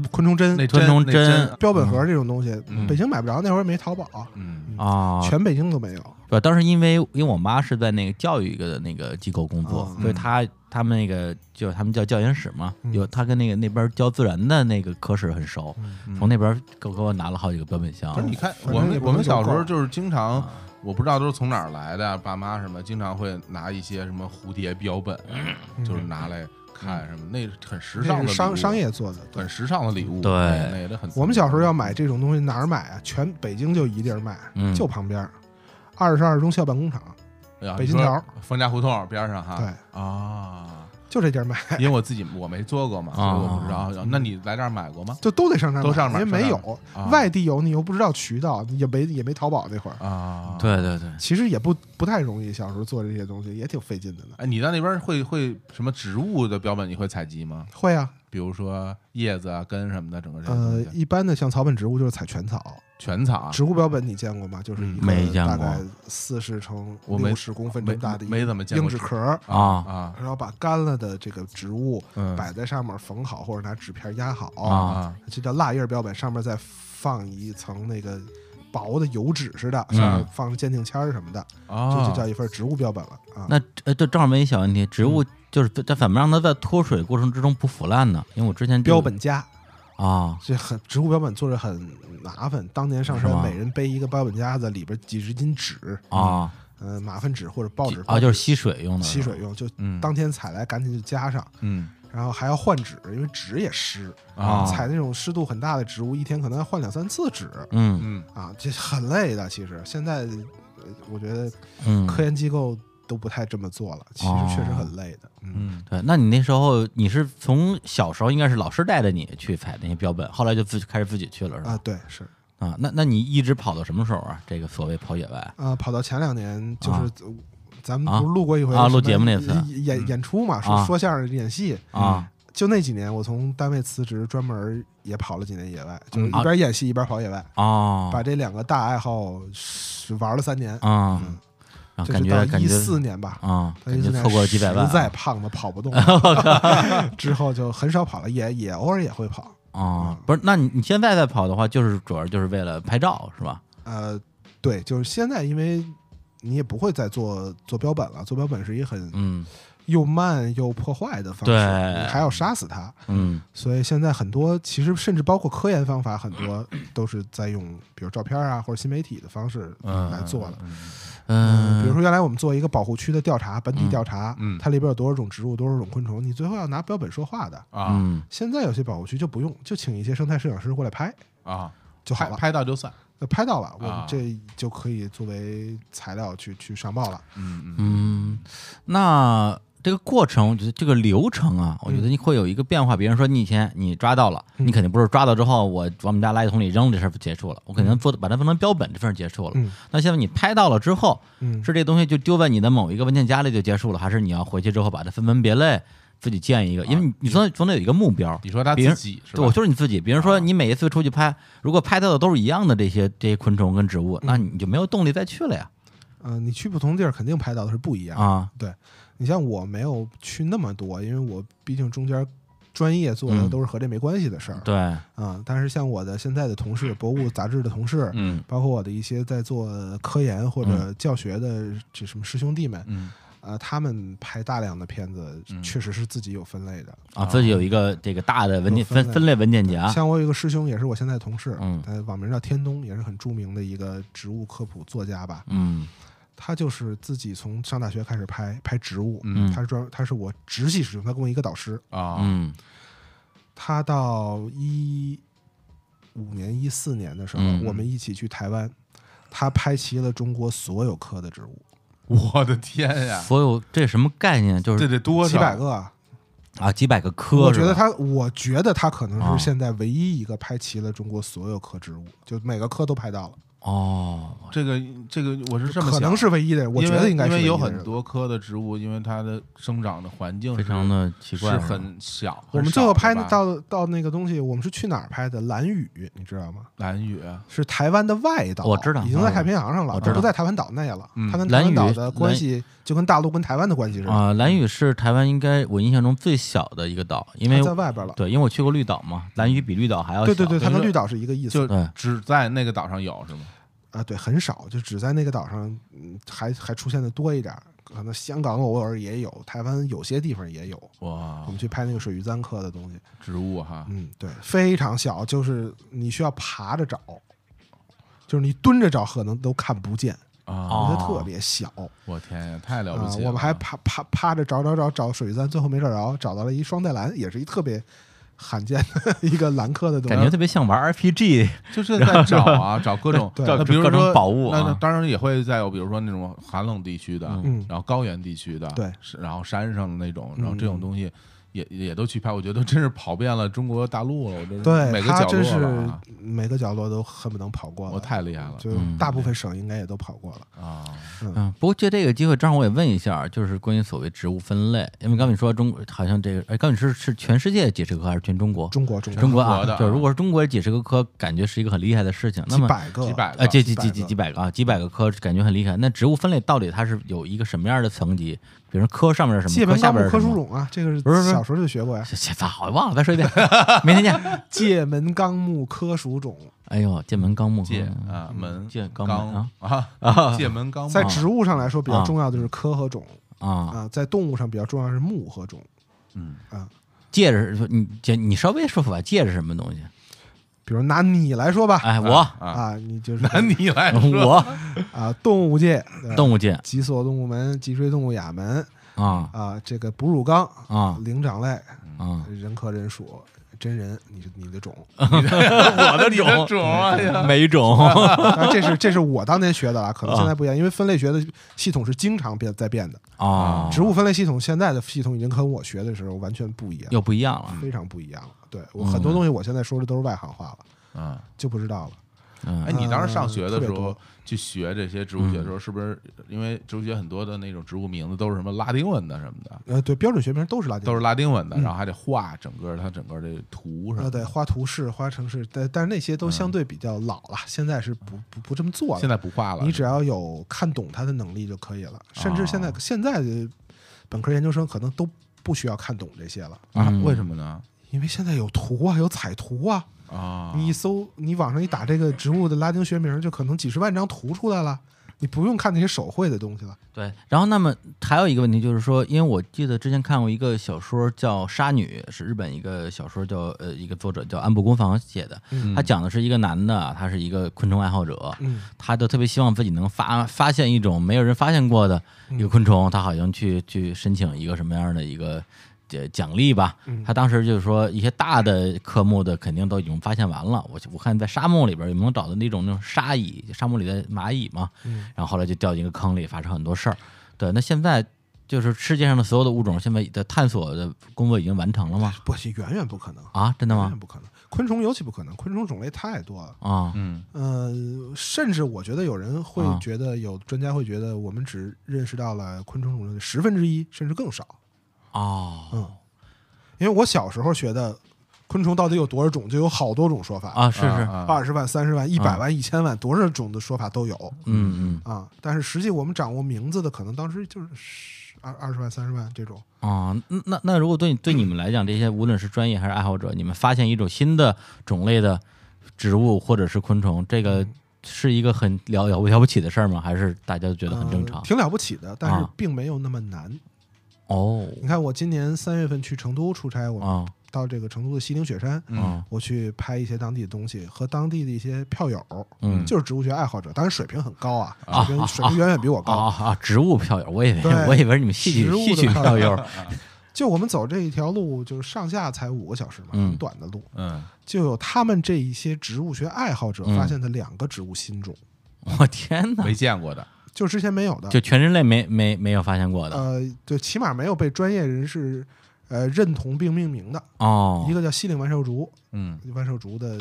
标、昆虫针那、吞虫那针标本盒这种东西嗯，北京买不着，那会儿没淘宝，嗯啊，全北京都没有。对，当时因为因为我妈是在那个教育一个的那个机构工作，哦所以嗯她他们那个就他们叫教研室嘛，嗯有她跟那个那边教自然的那个科室很熟，嗯从那边给我给我拿了好几个标本箱不是你看，反我正也们不我们是就小时候够就是经常啊，我不知道都是从哪儿来的，啊爸妈什么经常会拿一些什么蝴蝶标本，啊嗯就是拿来看什么，那是很时尚那的是商礼物商业做的，对很。时尚的礼物，对那那也得很。我们小时候要买这种东西哪儿买啊？全北京就一地儿卖，嗯就旁边儿，二十二中校办工厂，哎呀北你京说条冯家胡同边上哈，对啊，就这地儿卖， 因为我自己我没做过嘛，所以啊我不知道。那你来这儿买过吗？就都得上这儿都上这儿因为上这没儿有啊外地有，你又不知道渠道，也没也没淘宝那会儿，啊，。对对对，其实也不不太容易。小时候做这些东西也挺费劲的呢。哎，你到那边会会什么植物的标本你会采集吗？会啊，比如说叶子啊、根什么的，整个这些呃东，西一般的像草本植物就是采全草，全草啊植物标本你见过吗？就是一嗯个没见大过概四十乘我没六十公分这没么大的一没怎么见硬过纸壳儿，啊啊然后把干了的这个植物嗯摆在上面缝好，或者拿纸片压好啊啊这叫蜡叶标本，上面再放一层那个薄的油纸似的，嗯上面放着鉴定签儿什么的，啊！这就叫一份植物标本了啊。那呃，对，正好问一小问题，植物就是在怎么让它在脱水过程之中不腐烂呢？因为我之前就标本家啊，这很植物标本做着很麻烦，当年上是山吗每人背一个标本夹子，里边几十斤纸啊，嗯、呃，马粪纸或者报纸啊，就是是吸水用的，吸水用，就嗯当天采来赶紧就加上，嗯然后还要换纸，因为纸也湿啊采那种湿度很大的植物，一天可能要换两三次纸嗯嗯啊，这很累的。其实现在，呃我觉得嗯，科研机构都不太这么做了，其哦实确实很累的。嗯，嗯，对，那你那时候你是从小时候应该是老师带着你去采那些标本，后来就自己开始自己去了是吧啊，？对，是啊，那那你一直跑到什么时候啊？这个所谓跑野外啊，跑到前两年就是啊呃咱们啊不是录过一回什啊么录节目那次演演演出嘛，啊说说相声演戏。啊就那几年，我从单位辞职，专门也跑了几年野外，就是一边演戏一边跑野外，嗯啊哦把这两个大爱好是玩了三年，啊，然这后感嗯是觉到感一觉四年吧，啊，他感一觉直在错过了几百万实在啊胖的跑不动 了， 之后就很少跑了，也也偶尔也会跑。哦嗯不是？那你你现在再跑的话，就是主要就是为了拍照是吧？呃，对，就是现在，因为你也不会再做做标本了，做标本是一很嗯又慢又破坏的方式，对你还要杀死它，嗯所以现在很多其实甚至包括科研方法，很多都是在用比如照片啊或者新媒体的方式来做了。嗯，比如说原来我们做一个保护区的调查，本地调查，嗯嗯它里边有多少种植物、多少种昆虫，你最后要拿标本说话的。啊嗯现在有些保护区就不用，就请一些生态摄影师过来拍啊，就好拍了，拍到就算，呃拍到了，我啊们这就可以作为材料去去上报了。嗯嗯嗯，那这个过程，我觉得这个流程啊，嗯我觉得你会有一个变化。比如说，你以前你抓到了，你肯定不是抓到之后我往我们家垃圾桶里扔这事儿结束了，我可能做把它分成标本这份儿结束了。嗯那现在你拍到了之后，嗯，是这东西就丢在你的某一个文件夹里就结束了，还是你要回去之后把它分门别类，自己建一啊个？因为你你总得总得有一个目标。你说他别自人己是对，我吧？就是你自己。比如啊说，你每一次出去拍，如果拍到的都是一样的这些这些昆虫跟植物，那你就没有动力再去了呀。嗯、你去不同地儿肯定拍到的是不一样。啊，对你像我没有去那么多，因为我毕竟中间专业做的嗯都是和这没关系的事儿啊、对，但是像我的现在的同事，博物杂志的同事，嗯包括我的一些在做科研或者教学的这什么师兄弟们，嗯呃，他们拍大量的片子，确实是自己有分类的。啊，自己有一个这个大的文件有分类分分类文件啊夹，像我有一个师兄，也是我现在同事，嗯他网名叫天东，也是很著名的一个植物科普作家吧。嗯他就是自己从上大学开始拍拍植物，嗯他是专他是我直系师兄，他跟我一个导师。啊，嗯他到一五年、一四年的时候，嗯我们一起去台湾，他拍齐了中国所有科的植物，我的天呀，所有这什么概念？就这是得多少几百个啊。啊，几百个科，我觉是得吧他，我觉得他可能啊是现在唯一一个拍齐了中国所有科植物，就每个科都拍到了，哦，这个这个我是这么可想能是唯一的人。我因觉为得应该是因为有唯一的人很。多科的植物，因为它的生长的环境非是常的奇怪，是很小。我很们少最后拍的那吧到到那个东西，我们是去哪儿拍的？蓝屿，你知道吗？蓝雨，是台湾的外岛，我知道已经在太平洋上了，我知道不在台湾岛内了。嗯它跟台湾岛蓝的屿关系就跟大陆跟台湾的关系似的，啊、蓝屿是台湾应该我印象中最小的一个岛，因为它在外边了。对，因为我去过绿岛嘛，蓝屿比绿岛还要小。对对对，它等于跟说绿岛是一个意思就对只在那个岛上有是吗？啊，对，很少，就只在那个岛上，嗯，还还出现的多一点儿。可能香港偶尔也有，台湾有些地方也有。哦哇我们去拍那个水域簪科的东西，植物哈，嗯，对，非常小，就是你需要爬着找，就是你蹲着找可能都看不见，啊，它哦特别小。我天呀，太了啊不，起了！我们还趴趴趴着找找找找水钻，最后没找着，找到了一双带蓝，也是一特别罕见的 一个蓝科的东西。感觉特别像玩 RPG 就是在找啊，找各种，对那比如各种说宝物啊那那当然也会在有，比如说那种寒冷地区的，嗯然后高原地区的，对是，然后山上的那种，然后这嗯种东西也也都去拍，我觉得真是跑遍了中国大陆了，我这对，每个它角真落是了啊，每个角落都恨不能跑过了，我太厉害了就嗯大部分省应该也都跑过了。啊，嗯，不过借这个机会，正好我也问一下，就是关于所谓植物分类，因为刚才你说中国好像这个，哎，刚才你是是全世界几十个科还是全中国？中国中中国中国啊的，啊就如果是中国几十个科，感觉是一个很厉害的事情。那几么百个，几百个啊，这几几几百几个几百个啊，几百个科感觉很厉害。那植物分类到底它是有一个什么样的层级？比如说科上面是什界么，科门下纲目边是科什属么？种啊，这个不是不是小时候就学过 呀。这这早忘了，再说一遍，明天见。界门纲目科属种哎呦，剑门纲目界嗯啊门界纲纲门啊，界门纲目在植物上来说比较重要的就是科和种啊，啊，在动物上比较重要的是目和种。嗯啊，戒指，你姐，你稍微说说吧，戒指什么东西？比如拿你来说吧，哎，我啊，啊，你就是拿你来说， 我啊，动物界对动物界脊索动物门、脊椎动物亚门啊啊，这个哺乳纲、啊灵长类、啊，人科人属、真人，你是你的种我的你的种啊哎呀没种啊，这是这是我当年学的了，可能现在不一样，因为分类学的系统是经常变在变的。啊，植物分类系统现在的系统已经跟我学的时候完全不一样，又不一样了。非常不一样了。对我很多东西，我现在说的都是外行话了，嗯。就不知道了。嗯哎，你当时上学的时嗯特别候多去学这些植物学的时候，是不是因为植物学很多的那种植物名字都是什么拉丁文的什么的？呃，对，嗯标准学名都是拉丁都文，是拉丁文的，然后还得画整个它整个这图什呃，么的。对，花图式、花城市，但但是那些都相对比较老了，现在是不不不这么做了现。在不画了，你只要有看懂它的能力就可以了。甚至现在、哦现在的本科研究生可能都不需要看懂这些了，啊？嗯为什么呢？因为现在有图啊，有彩图啊。啊，你一搜，你网上一打这个植物的拉丁学名，就可能几十万张图出来了。你不用看那些手绘的东西了。对，然后那么还有一个问题就是说，因为我记得之前看过一个小说叫《杀女》，是日本一个小说叫呃一个作者叫安部公房写的，他讲的是一个男的，啊他是一个昆虫爱好者，嗯他就特别希望自己能发发现一种没有人发现过的嗯一个昆虫，他好像去去申请一个什么样的一个呃奖励吧。嗯他当时就是说一些大的科目的肯定都已经发现完了，我我看在沙漠里边有没有找到那种那种沙蚁，沙漠里的蚂蚁嘛，嗯然后后来就掉进一个坑里，发生很多事儿。对，那现在就是世界上的所有的物种，现在的探索的工作已经完成了吗？不，远远不可能，啊，真的远吗远？不可能。昆虫尤其不可能，昆虫种类太多了。啊，嗯呃，甚至我觉得有人会啊觉得，有专家会觉得，我们只认识到了昆虫种类的十分之一，甚至更少。哦，嗯，因为我小时候学的昆虫到底有多少种，就有好多种说法啊，是是，啊二十万、三十万、一百万、一千万，多少种的说法都有嗯嗯啊。但是实际我们掌握名字的，可能当时就是十二二十万、三十万这种。啊，那那那如果对对你们来讲，这些无论是专业还嗯是爱好者，你们发现一种新的种类的植物或者是昆虫，这个是一个很了了不了不起的事儿吗？还是大家觉得很正常呃？挺了不起的，但是啊并没有那么难。嗯哦，你看，我今年三月份去成都出差，我啊到这个成都的西岭雪山，啊我去拍一些当地的东西，和当地的一些票友，嗯就是植物学爱好者，当然水平很高啊，啊水平水平远远比我啊高。啊！啊植物票友，我以为对 我以为是你们戏植曲物戏的曲票票友友，就我们走这一条路，就是上下才五个小时嘛，嗯很短的路，嗯，就有他们这一些植物学爱好者嗯发现的两个植物新种， 我天哪没！见过的，就之前没有的，就全人类没没没有发现过的呃，就起码没有被专业人士呃认同并命名的。哦一，个叫西岭万寿竹，嗯万寿竹的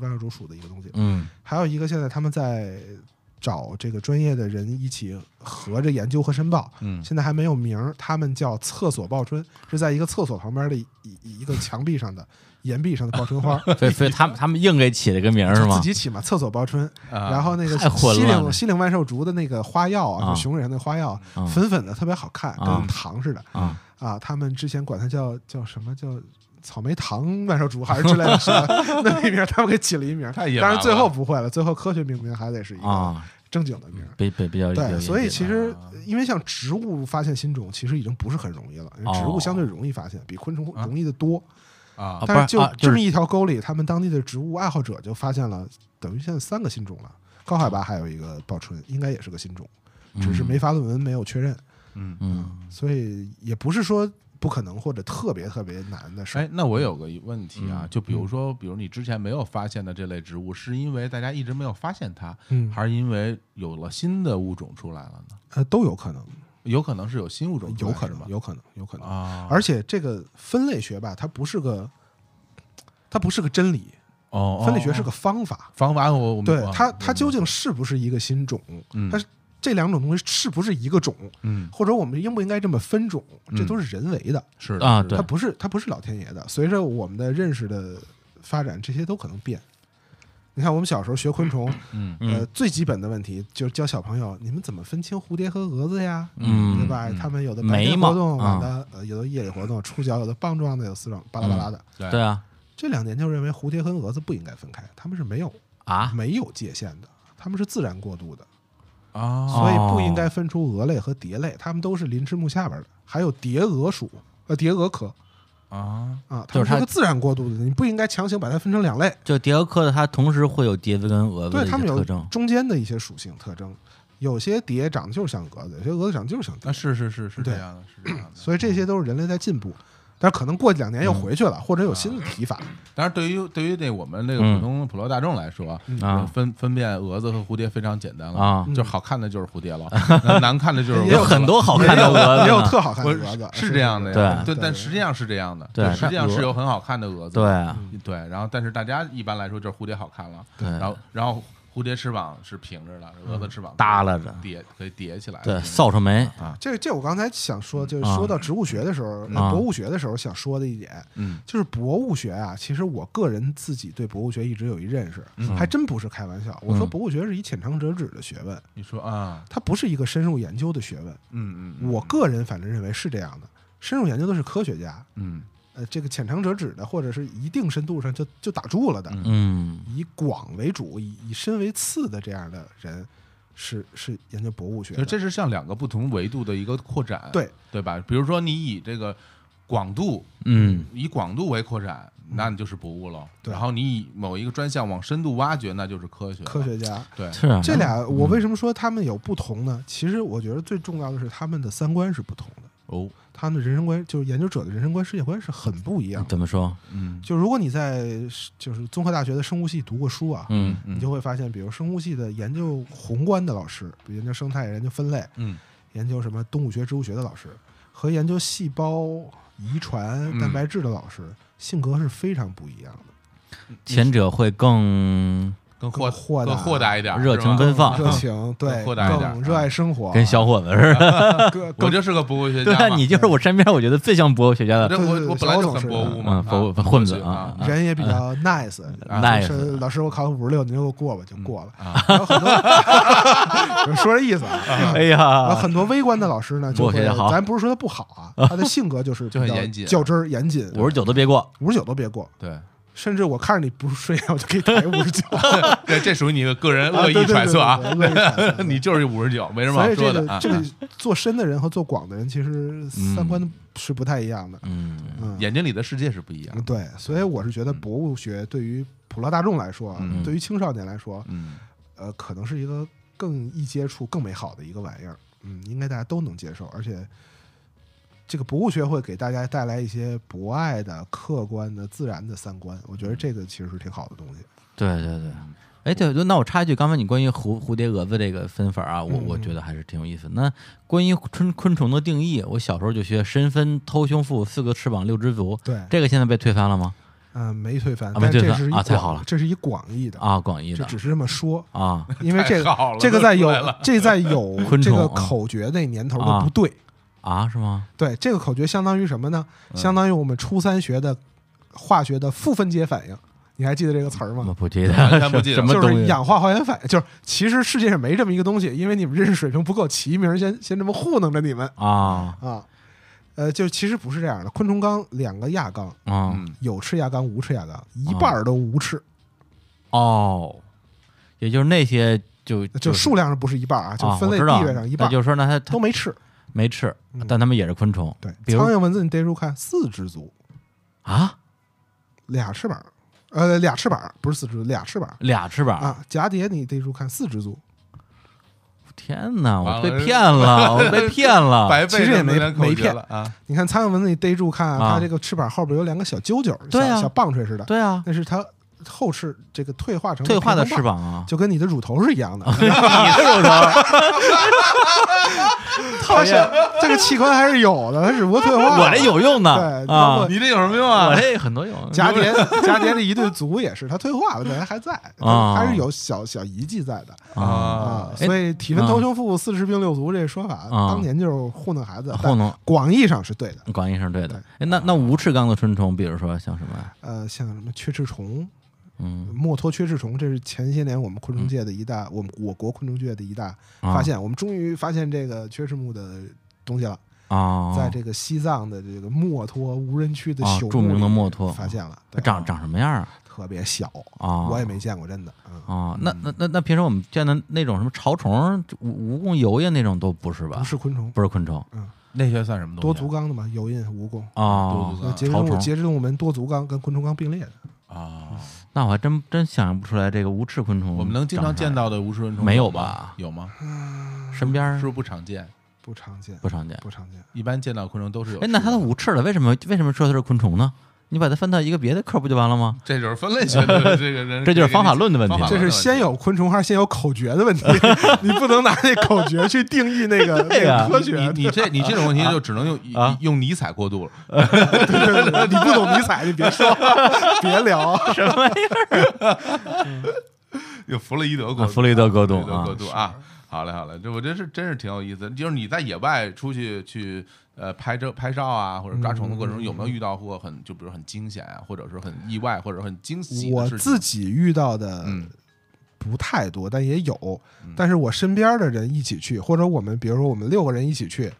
万寿竹属的一个东西，嗯还有一个现在他们在找这个专业的人一起合着研究和申报。嗯现在还没有名儿，他们叫厕所报春，是在一个厕所旁边的一一一个墙壁上的岩壁上的报春花，所以所以他们他们硬给起了个名儿是就吗自？己起嘛，厕所报春。啊然后那个太混西乱了岭西岭万寿竹的那个花药啊啊，就熊蕊上的花药啊，粉粉的特别好看，啊跟糖似的啊啊。他们之前管它叫叫什么叫草莓糖万寿竹还是之类的，是吧？ 那一名他们给起了一名，太野蛮当了然最后不会了，最后科学命名还得是一个啊，正经的名儿。比比比较有对，所以有其实啊因为像植物发现新种，其实已经不是很容易了，因为植哦物相对容易发现，比昆虫容易的多。啊啊，但不是就啊就是这么一条沟里，他们当地的植物爱好者就发现了，等于现在三个新种了。高海拔还有一个报春，应该也是个新种，只是没发论文，没有确认，嗯。嗯所以也不是说不可能或者特别特别难的事儿。嗯哎，那我有个问题啊，就比如说，比如你之前没有发现的这类植物，是因为大家一直没有发现它，嗯，还是因为有了新的物种出来了呢？呃，都有可能，有可能是有新物种出有来，可是能，吗有可能，有可能。啊，而且这个分类学吧，它不是个，它不是个真理，哦，分类学是个个方法。方法，我我对我它，嗯它究竟是不是一个新种？嗯它是这两种东西是不是一个种？嗯或者我们应不应该这么分种？这都是人为的。是的啊，嗯是的对它，不是它不是老天爷的。随着我们的认识的发展，这些都可能变。你看，我们小时候学昆虫，嗯呃，最基本的问题就是教小朋友，你们怎么分清蝴蝶和蛾子呀？嗯对吧？他们有的白眉天毛活动，啊晚的呃，有的夜里活动，触角有的棒状的，有丝状，巴拉巴拉的。对对啊这两年就认为蝴蝶和蛾子不应该分开，它们是没有啊没有界限的，它们是自然过渡的，哦啊，所以不应该分出蛾类和蝶类，它们都是鳞翅目下边的，还有蝶蛾属，呃，蝶蛾科。啊，啊，就它们是它是个自然过渡的，你不应该强行把它分成两类。就蝶蛾科的，它同时会有蝶子跟蛾子对，呃的一它些们有特征。中间的一些属性特征，有些蝶长得就是像蛾子，有些蛾子长得就是像蝶那，是是是是这对样的，是这样的。所以这些都是人类在进步。但是可能过两年又回去了，或者有新的提法。当然，对于对于那我们那个嗯普通普罗大众来说，嗯啊分分辨蛾子和蝴蝶非常简单了啊就是好看的就是蝴 蝶了，那难看的就是也有蛾子啊很多好看也的啊有蛾也有子呢，特好看的我蛾子，啊是这样的呀。呀，对但对实际上是这样的，对实际上那是有很好看的蛾子，对，对，然后但是大家一般来说就是蝴蝶好看了，对然后然后蝴蝶翅膀是平着的，蛾子翅膀嗯耷拉着叠可以叠起来，对，扫帚眉这这我刚才想说，就是啊说到植物学的时候，呃啊博物学的时候想说的一点，嗯就是博物学啊，其实我个人自己对博物学一直有一认识，还真不是开玩笑。我说嗯博物学是一浅尝辄止的学问，你说啊，它不是一个深入研究的学问。嗯嗯，嗯我个人反正认为是这样的，深入研究的是科学家，嗯呃，这个浅尝辄止的，或者是一定深度上就就打住了的，嗯以广为主，以以深为次的这样的人，是是研究博物学就的。这是像两个不同维度的一个扩展，对对吧？比如说你以这个广度，嗯，以广度为扩展，那你就是博物了。嗯对然后你以某一个专项往深度挖掘，那就是科学了。科学家，对，是啊，这俩嗯我为什么说他们有不同呢？其实我觉得最重要的是他们的三观是不同的，哦，他们的人生观就是研究者的人生观、世界观是很不一样的。怎么说？嗯就如果你在就是综合大学的生物系读过书啊，嗯你就会发现，比如生物系的研究宏观的老师，比如研究生态、研究分类，嗯研究什么动物学、植物学的老师，和研究细胞、遗传、嗯蛋白质的老师，性格是非常不一样的，前者会更更更豁豁达更豁达一点，热情是吧奔放热情，对，豁达一点啊更热爱生活，跟小伙子似的。更我更就是个博物学对家啊，嘛，你就是我身边我觉得最像博物学家的这对对我我对本来小就董很事博物嗯嘛，博物啊混子博学啊啊嗯人也比较 nice，啊老 nice 师老师我考个五十六，您就给我过吧，就过了。啊 有很多， 我说这意思 啊。哎然后呀，很多微观的老师呢，就我觉会得好咱不是说他 不好啊，他的性格就是就很比较严谨较真儿、严谨，五十九都别过，五十九都别过。对，甚至我看着你不睡，啊我就给你抬五十九。 对， 这属于你的个人啊恶意对对揣测啊对对对恶意揣测， 你就是五十九，没什么所好以说这的个啊。嗯这个做深的人和做广的人，其实三观是不太一样的。嗯，嗯，眼睛里的世界是不一样的，对，所以我是觉得博物学对于普罗大众来说，啊嗯对于青少年来说，嗯，呃，可能是一个更易接触、更美好的一个玩意儿。嗯，应该大家都能接受，而且这个博物学会给大家带来一些博爱的、客观的、自然的三观，我觉得这个其实是挺好的东西。对对对。哎，对，那我插一句，刚才你关于蝴蝴蝶蛾子这个分法啊，我嗯我觉得还是挺有意思。那关于昆昆虫的定义，我小时候就学“身分偷胸腹，四个翅膀六只足”，对，这个现在被推翻了吗？嗯、没推翻，啊没但推这翻是一啊太广好了这是一广义的，啊，广义这的只是这么 说，啊，因为这太个好了这个在有都出来了这在有 昆这虫个啊口诀那年头啊的不对。啊，是吗？对，这个口诀相当于什么呢？嗯相当于我们初三学的化学的负分解反应，你还记得这个词儿我吗？不记得，完全不记得什么就东是西？氧化还原反应，就是其实世界上没这么一个东西，因为你们认识水平不够，起名儿先先这么糊弄着你们啊啊。呃，就其实不是这样的，昆虫纲两个亚纲，啊嗯，有翅亚纲、无翅亚纲，一半儿都无翅，哦，也就是那些就就是数量上不是一半儿啊，就啊，分我类知道地位上一那半儿就是说呢，它它都没翅。没翅嗯，但它们也是昆虫对，比如苍蝇、蚊子你逮住看，四只足，啊，俩翅膀，呃，俩翅膀不是四只足，俩翅膀俩翅膀。啊。蛱蝶你逮住看，四只足，天哪，我完了被骗了，我被骗 了。白啊其背实着也没那两口没诀骗了 啊，你看苍蝇蚊子，你逮住看啊，啊它这个翅膀后边有两个小揪揪，对啊小小棒槌似的，对啊，那是它后翅这个退化成退化的平翅衡棒，膀啊，就跟你的乳头是一样的。 你的乳 头，它是这个器官还是有的，它只不过退化了。我这有用呢对包啊括，你这有什么用我啊？这很多用蛱蝶，蛱蝶的一对足也是，它退化了，但它还在，啊还是有小小遗迹在的啊，啊。哎所以体分啊头胸腹四十病六足这说法，啊当年就是糊弄孩子，糊弄但广义上是对的。广义上对的对。哎，那那无翅纲的昆虫，比如说像什么呀？呃，像什么缺翅虫、嗯，墨脱缺翅虫，这是前些年我们昆虫界的一大，我们我国昆虫界的一大啊发现。我们终于发现这个缺翅目的东西了，啊，在这个西藏的这个墨脱无人区的啊朽木里著名的墨脱发现了，对长长什么样啊？特别小，啊，我也没见过，真的。嗯，啊，那那那那平时我们见的那种什么潮虫、蜈蜈蚣、游呀那种都不是吧？不是昆虫，不是昆虫那些算什么多东西啊足纲的嘛，有印、蜈蚣。啊多那节肢足。纲动潮物虫节肢动物门多足纲跟昆虫纲并列的，啊？嗯那我还真真想象不出来这个无翅昆虫。我们能经常见到到的无齿昆虫没有吗吧有吗？嗯身边是儿不是不常见？不常见，不常见。不常见。一般见到昆虫都是有。哎，那它都无翅了，为什么为什么说它是昆虫呢？你把它分到一个别的科不就完了吗？这就是分类学 的这个人，这就是方法论的问题方法这论的是问先题有昆虫还是先有口诀的问 题？你不能拿那口诀去定义那 个那对呀个科你学。你这你这种问题就只能用啊用用尼采过渡了。对对对，你不懂尼采，你别 说，别聊。什么呀？有弗洛伊德过啊渡，弗洛伊德过渡弗洛伊德啊过渡啊。好嘞，好嘞，这我真是真是挺有意思。就是你在野外出去去呃拍照拍照啊，或者抓虫子过程中，有没有遇到过很就比如很惊险啊，或者是很意外，或者很惊喜的我事情？自己遇到的嗯不太多，但也有。但是我身边的人一起去，或者我们比如说我们六个人一起去，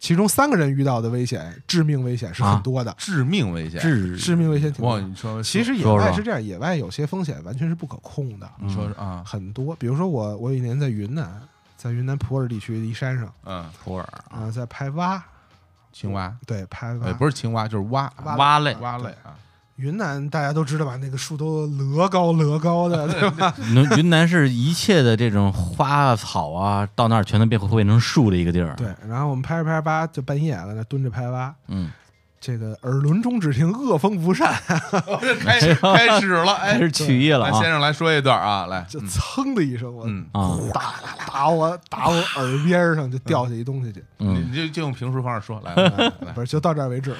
其中三个人遇到的危险，致命危险是很多的，啊致命危险，致致命危险挺多哇！的。你说其实野说外说是这样，野外有些风险完全是不可控的，你说是啊，很多。比如说我，我有一年在云南，在云南普洱地区的一山上嗯，普洱啊、在拍蛙，青蛙，对，拍蛙。呃，不是青蛙就是蛙，蛙蛙类蛙类啊，云南大家都知道吧，那个树都摞高摞高的，对吧？云云南是一切的这种花啊、草啊，到那儿全都变会变成树的一个啊地儿。对，然后我们拍着拍着吧，就半夜在那蹲着拍蛙。嗯，这个耳轮中只听恶风不善，嗯啊 开始开始了，哎 开，始取义了来啊先！生来说一段啊，来，就噌的一声，我嗯，啊，打打我打我耳边儿上就掉下一东西去，你嗯你就就用评书方式说，来来来不是就到这儿为止了，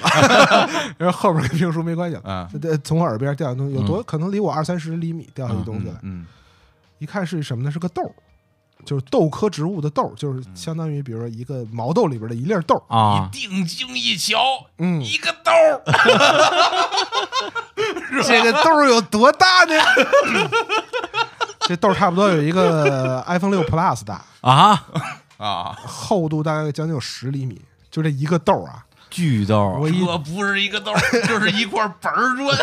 因为后边跟评书没关系了。来，啊，就得从我耳边掉下东西，有多可能离我二三十厘米掉下一东西来，嗯一看是什么呢？是个豆儿，就是豆科植物的豆儿，就是嗯相当于比如说一个毛豆里边的一粒儿豆儿。啊，定睛一瞧，嗯，一个兜儿，这个豆儿有多大呢？ 这豆儿差不多有一个 iPhone 六 Plus 大，啊，啊，厚度大概将近有十厘米，就这一个豆儿啊，巨逗。我一这不是一个豆儿，就是一块板儿砖，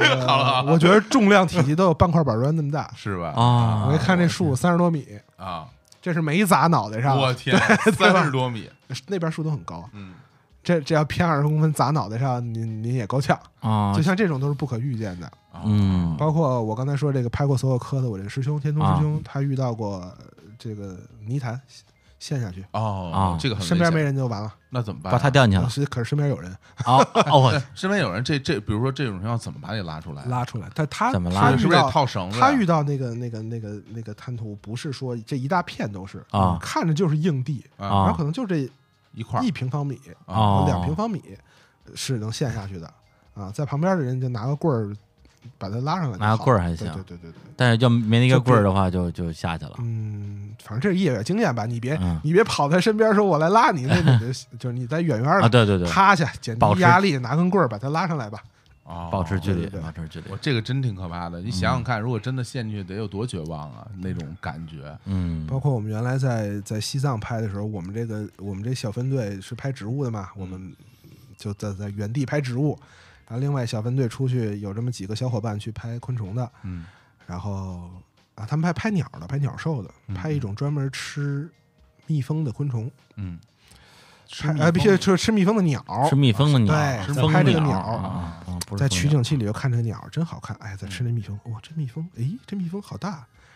呃好了好了我觉得重量体积都有半块板砖那么大。是吧？啊，我一看这树三十多米，啊，这是没砸脑袋上，我天，三十多米，那边树都很高，嗯，这这要偏二十公分砸脑袋上，您您也够呛。啊就，像这种都是不可预见的，嗯，包括我刚才说这个拍过所有科的我这个师兄天通师啊兄，他遇到过呃这个泥潭陷下去，哦啊，这个很身边危没险，人就完了，那怎么办啊？把他掉进去了。是可是身边有人哦 哦，我身边有人，这这，比如说这种人要怎么把你拉出来？拉出来，但他哎怎么拉他是遇不是得到套绳子呀？啊他遇到那个那个那个那个滩涂，不是说这一大片都是啊看着就是硬地，然啊后可能就这一块儿一平方米，哦两平方米是能陷下去的啊，在旁边的人就拿个棍儿把它拉上来就好了，拿个棍儿还行对对对对对，但是要没那个棍儿的话，就就下去了。嗯，反正这是业余经验吧，你别、嗯你别跑他身边说我来拉你，那你就 就是你在远远啊，的、对对对，趴下，减保低持压力，拿根棍儿把他拉上来吧。哦保持距离，对对对保持距离我。这个真挺可怕的，你想想看，如果真的陷进去，得有多绝望啊！那种感觉，嗯，包括我们原来在在西藏拍的时候，我们这个我们这小分队是拍植物的嘛，我们就在在原地拍植物，然后另外小分队出去有这么几个小伙伴去拍昆虫的，嗯，然后啊，他们还拍鸟的，拍鸟兽的，拍一种专门吃蜜蜂的昆虫，嗯，吃拍蜜呃，必须蜂吃吃蜜蜂的鸟，是蜜蜂的鸟，对是在蜂拍这个鸟鸟啊，啊不是在蜂取鸟景器里就看这个鸟真好看，哎，在吃那蜜蜂，哇，这蜜蜂，哎，这蜜蜂好大，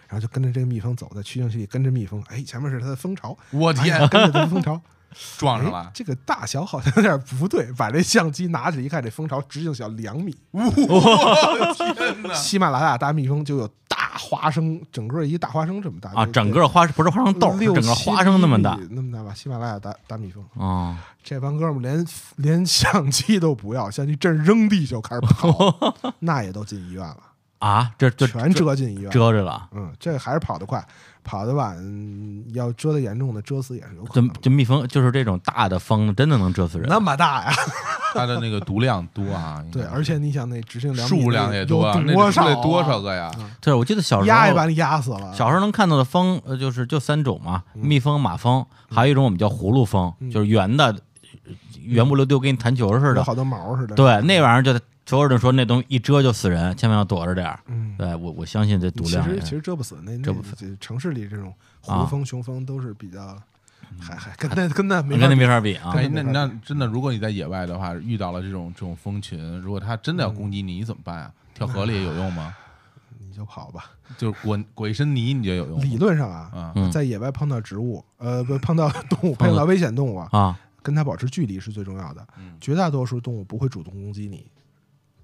然后就跟着这个蜜蜂走，在取景器里跟着蜜蜂，哎，前面是它的蜂巢，我哎呀天，跟着它的蜂 巢，撞上哎了，，这个大小好像有点不对，把这相机拿起来一看，这蜂巢直径小两米， 我天啊哪！喜马拉雅大蜜蜂就有大花生，整个一大花生这么大啊，这整个花不是花生豆，是六整个花生那么大七厘米那么大吧，喜马拉雅大大蜜蜂，啊，这帮哥们儿连连相机都不要，相机真扔地就开始 跑，那也都进医院了。啊，这这全折进医院。遮着了，嗯，这还是跑得快，跑得晚，嗯要蛰得严重的蛰死也是有可这能的。这蜜蜂就是这种大的蜂，真的能蛰死人。那么大呀？ 它的那个毒量多啊，应该对，而且你想那直径两米数的量也有多啊，那多得出少来啊多少？个呀？对，我记得小时压也把候你压死了。小时候能看到的蜂，呃，就是就三种嘛，嗯蜜蜂、马蜂，还有一种我们叫葫芦蜂，就是圆的，呃圆不溜丢，跟你弹球似有的。好多毛似的。，对，那玩意儿就所有人说那东西一蛰就死人，千万要躲着点儿。嗯，对我我相信这毒其量实也其实蛰不死，那那蛰不死这城市里这种啊嗯胡蜂、雄蜂都是比较，还还跟那跟那没跟那法没法比啊。哎，真那的那真的，如果你在野外的话，遇到了这种这种蜂群，如果它真的要攻击你，你怎么办啊？跳河里有用 吗？比你就跑吧。就是滚滚一身泥，你就有用吗？理论上啊，啊，嗯在野外碰到植物，呃，不碰到动物，碰到碰到危险动物啊，啊，跟它保持距离是最重要的嗯。绝大多数动物不会主动攻击你，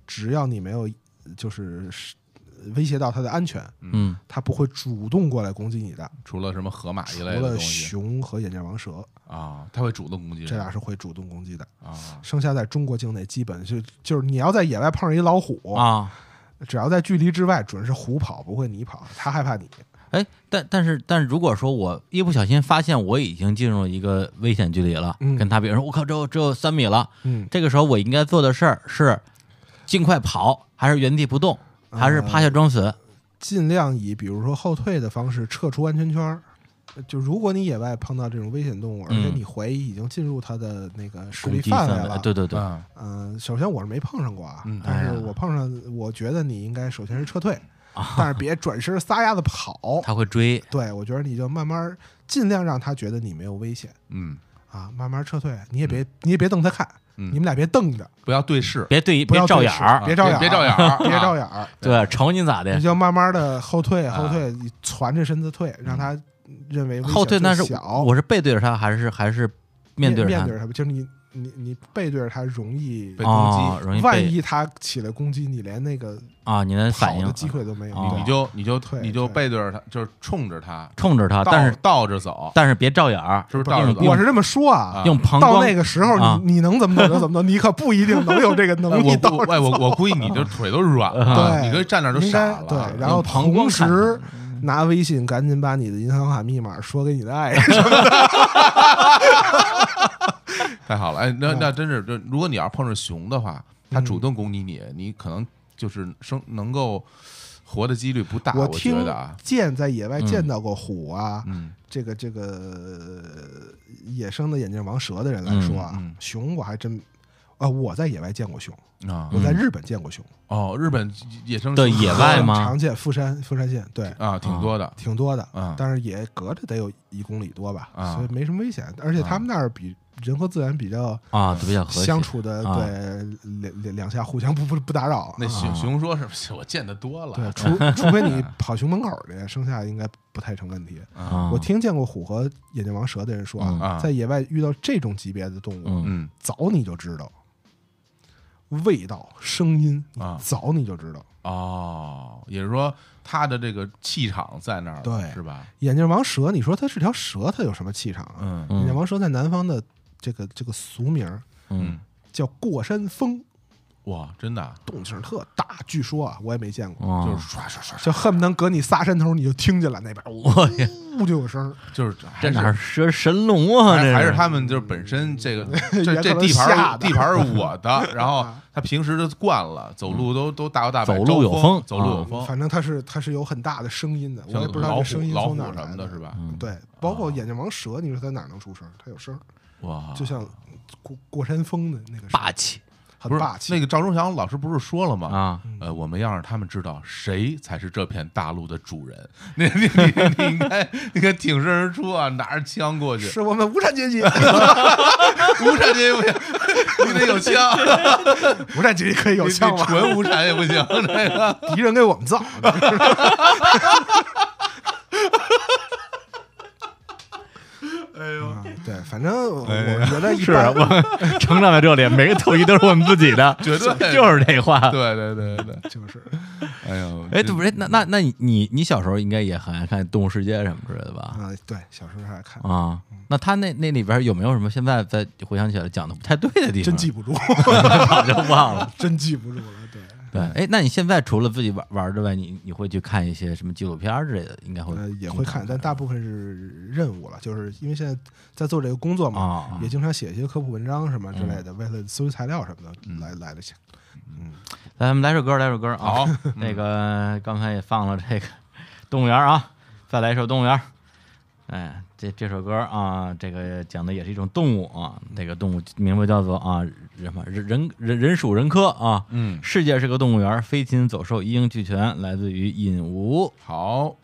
只要你没有就是是威胁到它的安全，嗯它不会主动过来攻击你的。除了什么河马一除类的了东西熊和眼镜王蛇，啊，它会主动攻击人这俩是会主动攻击的。啊，剩下在中国境内，基本就就是你要在野外碰上一老虎，啊，只要在距离之外，准是虎跑，不会你跑，它害怕你。哎，但但是但是如果说我一不小心发现我已经进入一个危险距离了，嗯跟他比如说我靠，只有只有三米了，嗯，这个时候我应该做的事儿是尽快跑，还是原地不动，还啊是趴下装死？尽量以比如说后退的方式撤出安全圈儿。就如果你野外碰到这种危险动物，而且嗯你怀疑已经进入它的那个势攻力击范范围围了，对对对，啊嗯，首先我是没碰上过啊，嗯但哎是呀啊我碰上，我觉得你应该首先是撤退，但是别转身撒丫子 跑。他会追对，我觉得你就慢慢儿尽量让他觉得你没有危险嗯，啊，慢慢撤退，你也别、你也别瞪他看，嗯你们俩别瞪啊着，不要对视，啊别对不别要照对眼视儿，别照眼儿啊别照眼儿，别照眼。眼儿，啊对，瞅你咋的你？就慢慢的后退，后啊退，你攒着身子退，让他认为危嗯后退险最那是小，我是背对着他，还是还是面对面面着他对着他，就是你你你背对着他容易被。啊？容易万被一他起来攻击你，连那个啊，你的跑反应的机会都没有，啊对你就你就退你就退背对着它，就是冲着它，冲着他，倒啊但是倒着走，但是别照眼儿，是不是不倒着用走？我是这么说啊，用膀到胱那个时候，啊你你能怎么弄就怎么弄，你可不一定能有 这个 哎能力我到估。哎我我估计你这腿都软了，对，啊你可以站那儿就应该傻了。对，然后用膀胱同看时拿微信赶紧把你的银行卡密码说给你的爱人。太好了，哎，那嗯那真是，这如果你要碰上熊的话，它主动攻击你，你可能就是生能够活的几率不大，我我觉听得啊，见在野外见到过虎啊，嗯这个这个呃野生的眼镜王蛇的人来说啊，嗯嗯熊我还真啊、我在野外见过熊，啊我在日本见过熊，哦，日本野生的熊野 外吗常见富山富山县对，啊挺多的，挺多的，嗯但是也隔着得有一公里多吧，啊所以没什么危险，而且他们那儿比人和自然比较。啊，比较和谐相处的啊对两两两下互相不不不打扰，那啊熊熊说是不是我见的多了？对，除除非你跑熊门口去，剩下应该不太成问题。啊。我听见过虎和眼镜王蛇的人说嗯啊啊，在野外遇到这种级别的动物，嗯嗯早你就知道味道、声音啊早你就知道。哦，也是说他的这个气场在那儿了，对是吧？眼镜王蛇，你说它是条蛇，它有什么气场啊？嗯眼镜王蛇在南方的这个这个俗名儿嗯，叫过山峰，哇，真的啊动静儿特大，据说啊，我也没见过，哇就是刷刷刷，就恨不能隔你仨山头你就听见了那边呜呜就有声儿。就是这还是哪儿蛇神龙啊？这还还是他们就是本身 这个这也这可能地盘吓儿的啊地盘儿是我 的，然后他平时都惯了，走路都都大摇大摆，嗯走路有招风走路有啊风，反正它是它是有很大的声音的，我像也不知道这老虎声音老从虎哪儿什来么的是吧？嗯啊对，包括眼镜王蛇，你说它哪儿能出声儿？它有声儿，哇，就像过过山峰的那个声儿霸气不很是霸气。那个赵忠祥老师不是说了吗？啊！呃，我们要让他们知道谁才是这片大陆的主人。你你你你应该应该挺身而出啊，拿着枪过去，是我们无产阶级， 无产阶级不行，你得有枪，啊无产阶级可以有你枪你吗？ 纯无产也不行，那个敌人给我们造的。哎呦，对，反正我我觉得一是啊，般，我成长在这里，每个头一都是我们自己 的，绝对就是这话。对对对对，就是哎呦，哎，这对不对？那那那你你你小时候应该也很爱看《动物世界》什么之类的吧？啊，对，小时候还看，啊，那他那那里边有没有什么现在在回想起来讲的不太对的地方？真记不住，哦 早就忘了。真记不住了。对，对，哎，那你现在除了自己玩玩之外，你你会去看一些什么纪录片儿之类的？应该会呃，也经会常看，但大部分是任务了，就是因为现在在做这个工作嘛，啊也经常写一些科普文章什么之类的，为了搜集材料什么的，来来得及。来，咱们来首歌，来首歌啊！好， 那个刚才也放了这个动物园啊，再来一首动物园。哎，这这首歌啊，这个讲的也是一种动物啊，这个动物名字叫做啊什么人人人人属人科啊。嗯，世界是个动物园，飞禽走兽一应俱全，来自于尹吾。好，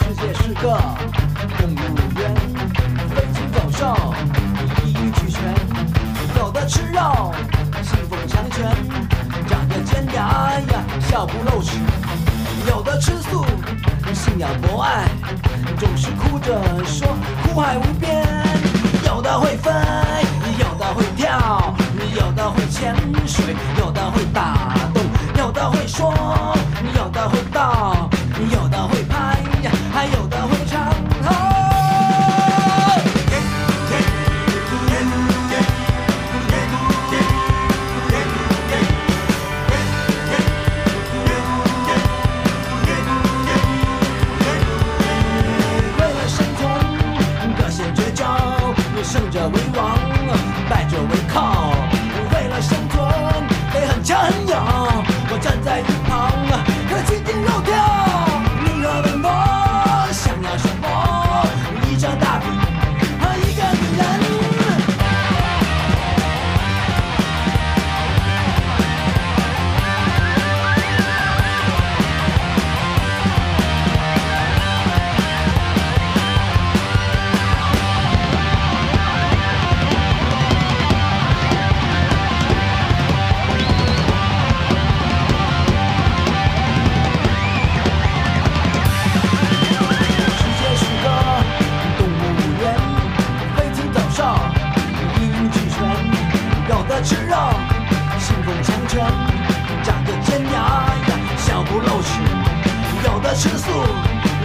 世界是个动物园，飞禽走兽一应俱全，有的吃肉，信奉强权，长着尖牙呀，笑不露齿；有的吃素，信仰博爱，总是哭着说苦海无边；有的会飞，有的会跳，有的会潜水，有的会打洞，有的会说，有的会道，有的会拍，还有的会唱。哦为了生存，各显绝招，胜者为王，败者为靠。为了生存，得很强很勇。我站在一旁，可七斤肉跳。你和奔波，想要什么？一张大饼和一个女人。世界是个动物园，飞禽走兽一应俱全，有的吃肉，信奉强权，长着尖牙呀，笑不露齿；有的吃素，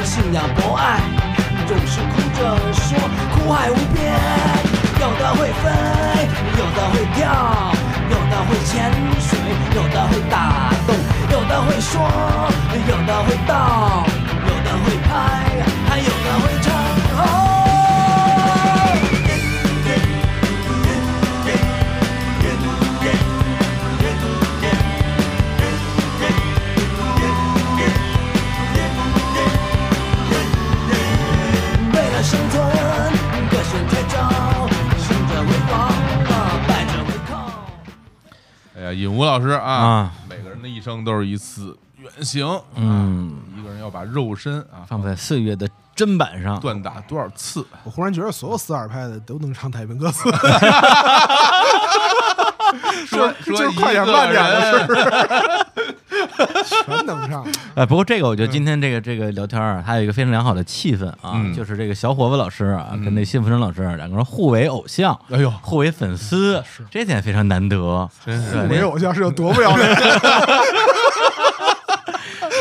信仰博爱，总是哭着说苦海无边；有的会飞，有的会跳，有的会潜水，有的会打洞，有的会说，有的会道，有的会拍，还有的会唱。哦呃，尹吴老师啊，啊每个人的一生都是一次远行，嗯，一个人要把肉身啊放在岁月的砧板上，锻打多少次？我忽然觉得所有死二派的都能唱太平歌词，说 说就是快点慢点的事儿， 全能唱。哎，不过这个我觉得今天这个这个聊天儿啊，还有一个非常良好的气氛啊，嗯就是这个小伙子老师啊，跟那辛福生老师两个人互为偶像，哎呦互为粉丝，这点非常难得。真是对没那偶像是有多不要脸？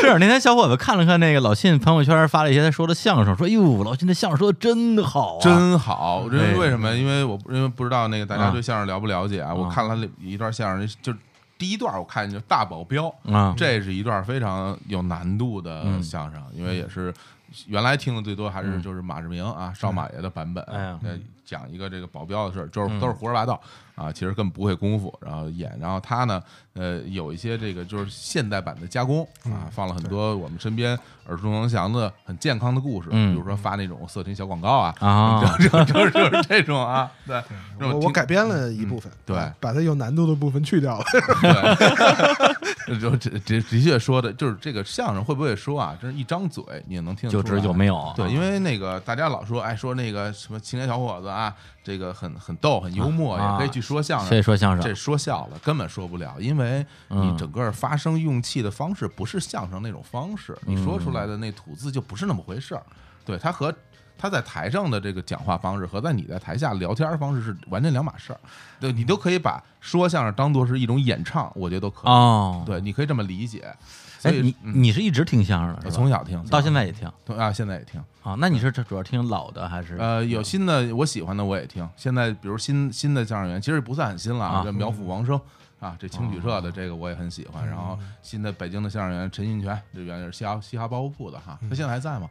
是啊那天小伙子看了看那个老信朋友圈发了一些他说的相声，说哟，老信的相声说的真好啊，真好，因哎为为什么？因为我因为不知道那个大啊家对相声了不了解啊？我看了一段相声，就第一段我看就大保镖啊嗯这是一段非常有难度的相声，因为也是原来听的最多还是就是马志明啊少马爷的版本，哎呀嗯呃讲一个这个保镖的事儿，就是都是胡说八道啊，其实根本不会功夫，然后演，然后他呢，呃，有一些这个就是现代版的加工嗯啊，放了很多我们身边耳熟能详的很健康的故事，嗯比如说发那种色情小广告啊，啊， 就就就就是这种啊，对，这我种我听改编了一部分，啊对把它有难度的部分去掉了。 对， 就这这的确说的就是这个相声会不会说啊？真是一张嘴你也能听得就出知来有没有？啊对，因为那个大家老说，哎，说那个什么青年小伙子啊，这个很很逗，很幽默，啊也可以去说相所以声。说相这声说笑了，根本说不了，因为你嗯整个发声用气的方式不是相声那种方式，嗯你说出来的那吐字就不是那么回事儿。对，它和他在台上的这个讲话方式和在你在台下聊天方式是完全两码事儿。对你都可以把说相声当做是一种演唱，我觉得都可以。哦，，对，你可以这么理解。所哎，以你嗯你是一直听相声的是我吧，从小听到现在也听在啊，现在也听。啊？那你是主要听老的还是？嗯呃，有新的我喜欢的我也听。现在比如新新的相声演员，其实不算很新了啊哦这苗阜王声啊，这青曲社的这个我也很喜欢。然后嗯新的北京的相声演员陈印泉，这原来是嘻哈嘻哈包袱铺的哈，嗯他现在还在吗？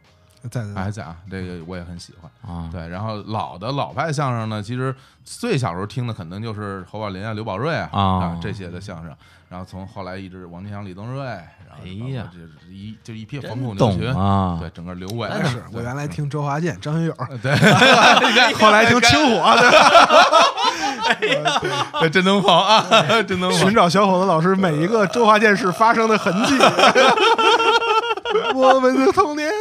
在在还在啊，这个我也很喜欢。啊，对，然后老的老派相声呢，其实最小时候听的肯定就是侯宝林啊、刘宝瑞啊啊这些的相声，然后从后来一直王金祥、李宗瑞，然后哎呀包括这这一就一批冯巩牛懂群啊对，整个刘伟但是我对原来听周华健、张学友，对，你 看后 来听清火的， 对真能跑 啊，真能跑寻。找小伙子老师每一个周华健时发生的痕迹。我们的童年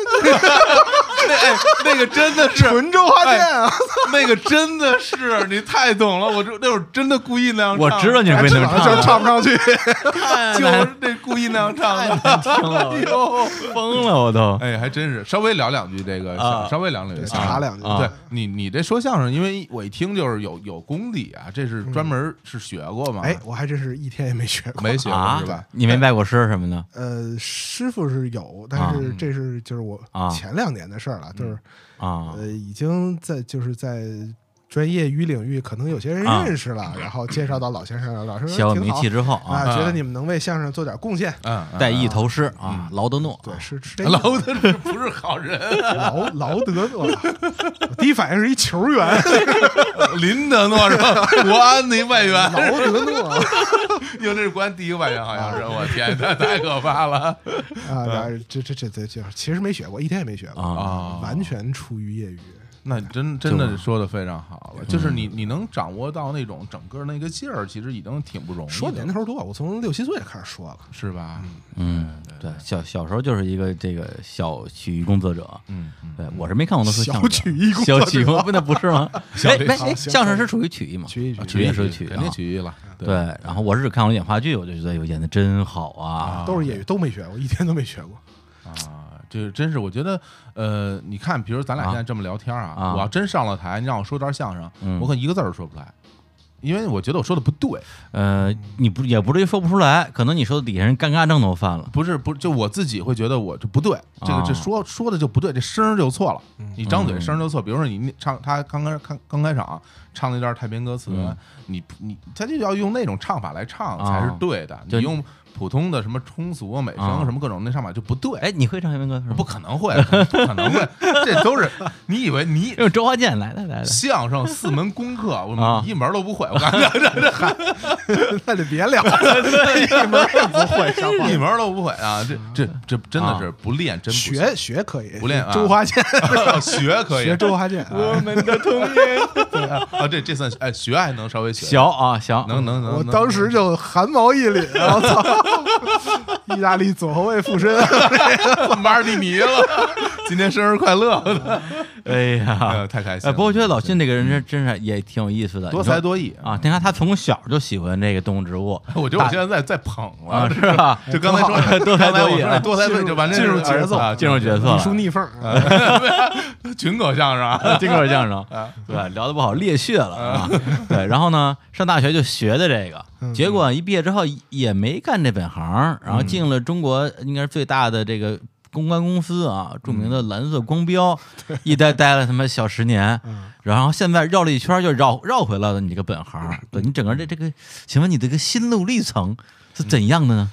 那哎那个真的是，纯周华健啊！ 那个真的是，你太懂了。我就那会儿真的故意那样唱，我知道哎你是没这能老师唱，唱不上去，就是那故意那样唱的。哎听了我都哟，疯了，我都。 哎，还真是，稍微聊两句这个，啊稍微聊两句，查两句啊对你，你这说相声，因为我一听就是有有功底啊，这是专门是学过嘛？哎，，我还真是一天也没学过。没学过啊是吧？哎你没拜过师什么的呃，师傅是有，但是这是就是我啊前两年的事儿了，就是啊？呃，已经在就是在专业与领域可能有些人啊认识了，然后介绍到老先生了，老师小说有挺名好气之后啊，啊，觉得你们能为相声做点贡献，嗯，嗯带一头师啊，劳德诺，对，是是这意思老的不是好人，劳劳德诺，我第一反应是一球员， 林德诺是吧？国安的一外 援，劳德诺啊因为这是国安第一个外援，好像是，我天，太太可怕了。啊，然后这这这这这其实没学过，一天也没学过啊完全出于业余。 那真真的说的非常好了，就是嗯你你能掌握到那种整个那个劲儿，其实已经挺不容易的，说年头多，我从六七岁开始说了，是吧？嗯，对，小小时候就是一个这个小曲艺工作者，嗯嗯，对我是没看过他说相小声的曲艺工作小者曲艺工，那不是吗？哎哎好哎，行相声是属于曲艺吗？曲艺曲艺也是曲曲艺艺肯定啊。曲艺了，对，然后我是只看过演话剧，我就觉得有演的真好啊，都是业余，都没学过，一天都没学过。 啊，这真是我觉得，呃，你看，比如咱俩现在这么聊天啊，啊我要真上了台，你让我说段相声，嗯我可能一个字儿都说不出来，因为我觉得我说的不对，呃，你不也不至于说不出来，可能你说的底下人尴尬症都犯了，不是不就我自己会觉得我这不对，这个啊嗯这说说的就不对，这声儿就错了。你张嘴声儿就错，比如说你那唱他刚刚刚刚开场唱那段太平歌词嗯，你你他就要用那种唱法来唱啊才是对的，就你用普通的什么通俗啊、美声啊啊什么各种那上马就不对。哎，你会唱英文歌是吗？不可能会，不可能会，这都是你以为你用周华健来来来来，相声四门功课，我啊们一门都不会，我感觉 这这还那就别聊了，一门儿也不会上话 一门都不会啊！这这这真的啊是不练真不行学学可以，不练啊周华健， 学可以学周华 健啊。们的童年。啊，这这算哎学还能稍微学，行啊行，能能能，我能当时就汗毛一凛，我操！意大利左后卫附 身，马尔蒂尼了，今天生日快乐！哎哎呀呦，太开心哎，了。嗯不过我觉得老信这个人真真是也挺有意思的，多你说才多艺，啊！你看他从小就喜欢这个动物植物， 我觉得我现在在在捧啊 了，是吧？就刚才说哎 的多才刚才多我艺说啊那 多才多艺就完全进入是节 奏啊进入角色你输了，逆缝儿， 啊哎群口相声啊，呃金 口相声，对，聊得不好裂穴了啊。 对，然后呢，上大学就学的这嗯个，结果一毕业之后也没干这本行，然后进了中国应该是最大的这个公关公司啊，著名嗯的蓝色光 标，一待待了他妈小十年，嗯然后现在绕了一圈就绕绕回来了你这个本嗯行，对你整个这这个，请问你这个心路历程是怎样的呢？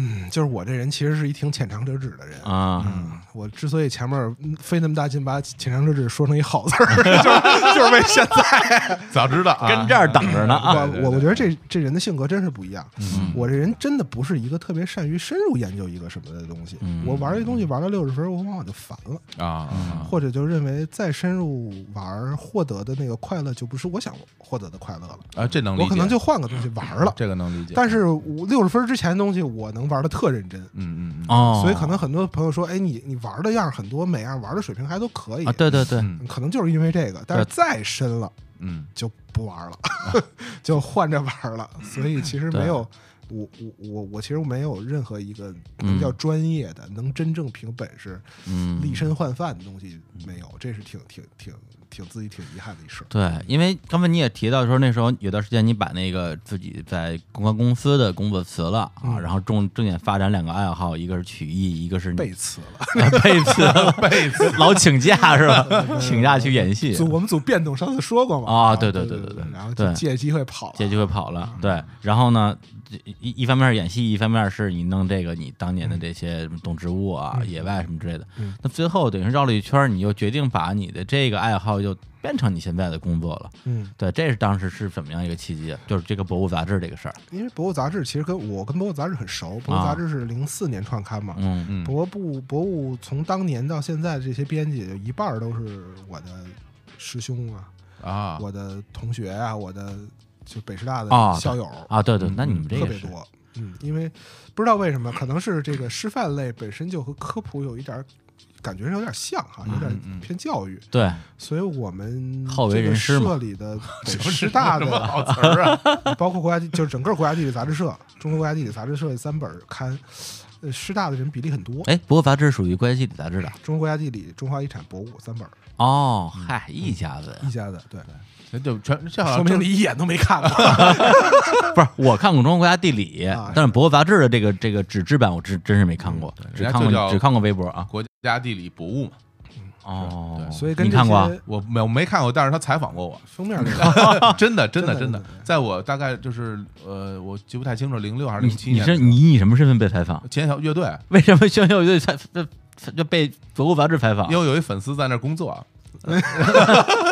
嗯，就是我这人其实是一挺浅尝辄止的人。啊，嗯，我之所以前面嗯费那么大劲把浅尝辄止说成一好字儿，就 是就是为现在。早 知道啊跟这儿等着呢啊，我我我觉得这这人的性格真是不一样。嗯我这人真的不是一个特别善于深入研究一个什么的东西。嗯我玩这东西玩到六十分，我往往就烦了，啊，或者就认为再深入玩获得的那个快乐就不是我想获得的快乐了。啊，这能理解，我可能就换个东西玩了。这个能理解，但是六十分之前的东西，我能玩的特认真，嗯嗯嗯，哦，所以可能很多朋友说，哎，你你玩的样儿很多，每样玩的水平还都可以啊，，对对对，嗯可能就是因为这个。但是对啊再深了嗯，就不玩了， 就换着玩了。所以其实嗯对没有。我我我我其实没有任何一个嗯能叫专业的，能真正凭本事嗯，立身换饭的东西没有，这是挺挺挺挺自己挺遗憾的一事。对，因为刚才你也提到说，那时候有段时间你把那个自己在公关公司的工作辞了啊，然后重重点发展两个爱好，一个是曲艺，一个是 背词了，背词背词，老请假是吧？请假去演戏，组我们组变动上次说过嘛？啊对对对对对对对然后对就借机会跑了，这就会跑了。对，然后呢，一一方面是演戏，一方面是你弄这个你当年的这些什么动植物啊、野外什么之类的。那最后等于是绕了一圈儿，你又决定把你的这个爱好又变成你现在的工作了。嗯，对，这是当时是怎么样一个契机？啊就是这个《博物杂志》这个事儿。因为《博物杂志》其实跟我跟《博物杂志》很熟，《博物杂志》是零四年创刊嘛。啊嗯嗯博物博物从当年到现在，这些编辑有一半儿都是我的师兄啊，啊，我的同学啊，我的就北师大的啊校友、啊，对对，那你们这嗯特个别是多。嗯，因为不知道为什么，可能是这个师范类本身就和科普有一点儿感觉上有点像哈，有嗯嗯点偏教育，对，所以我们好为这个人师嘛社里 的北师大什的么好词儿啊？ 包括国家地，就是整个国家地理杂志社、中国国家地理杂志社这三本儿刊，呃，师大的人比例很多。哎，《博物杂志》属于关系里杂志的中国国家地理、中华遗产博物三本儿哦，嗨，一家子一家子，对，啊那就全这好说像明正哦你一眼都没看过。不是我看过《中国国家地理啊》，嗯但是《博物杂志》的这个这个纸质版我真真是没看过，只人家看就过叫只看过微博啊。国家地理博物嘛，哦，所以跟你这看过啊些我没我没看过，但是他采访过我，封 面儿的真的真的真真的的，在我大概就是呃，我记不太清楚，零六还是你零七你年是的时候，你以什么身份被采访？前小乐队，为什么宣秀乐队采就就被《博物杂志》采访 因？为有一粉丝在那儿工作，啊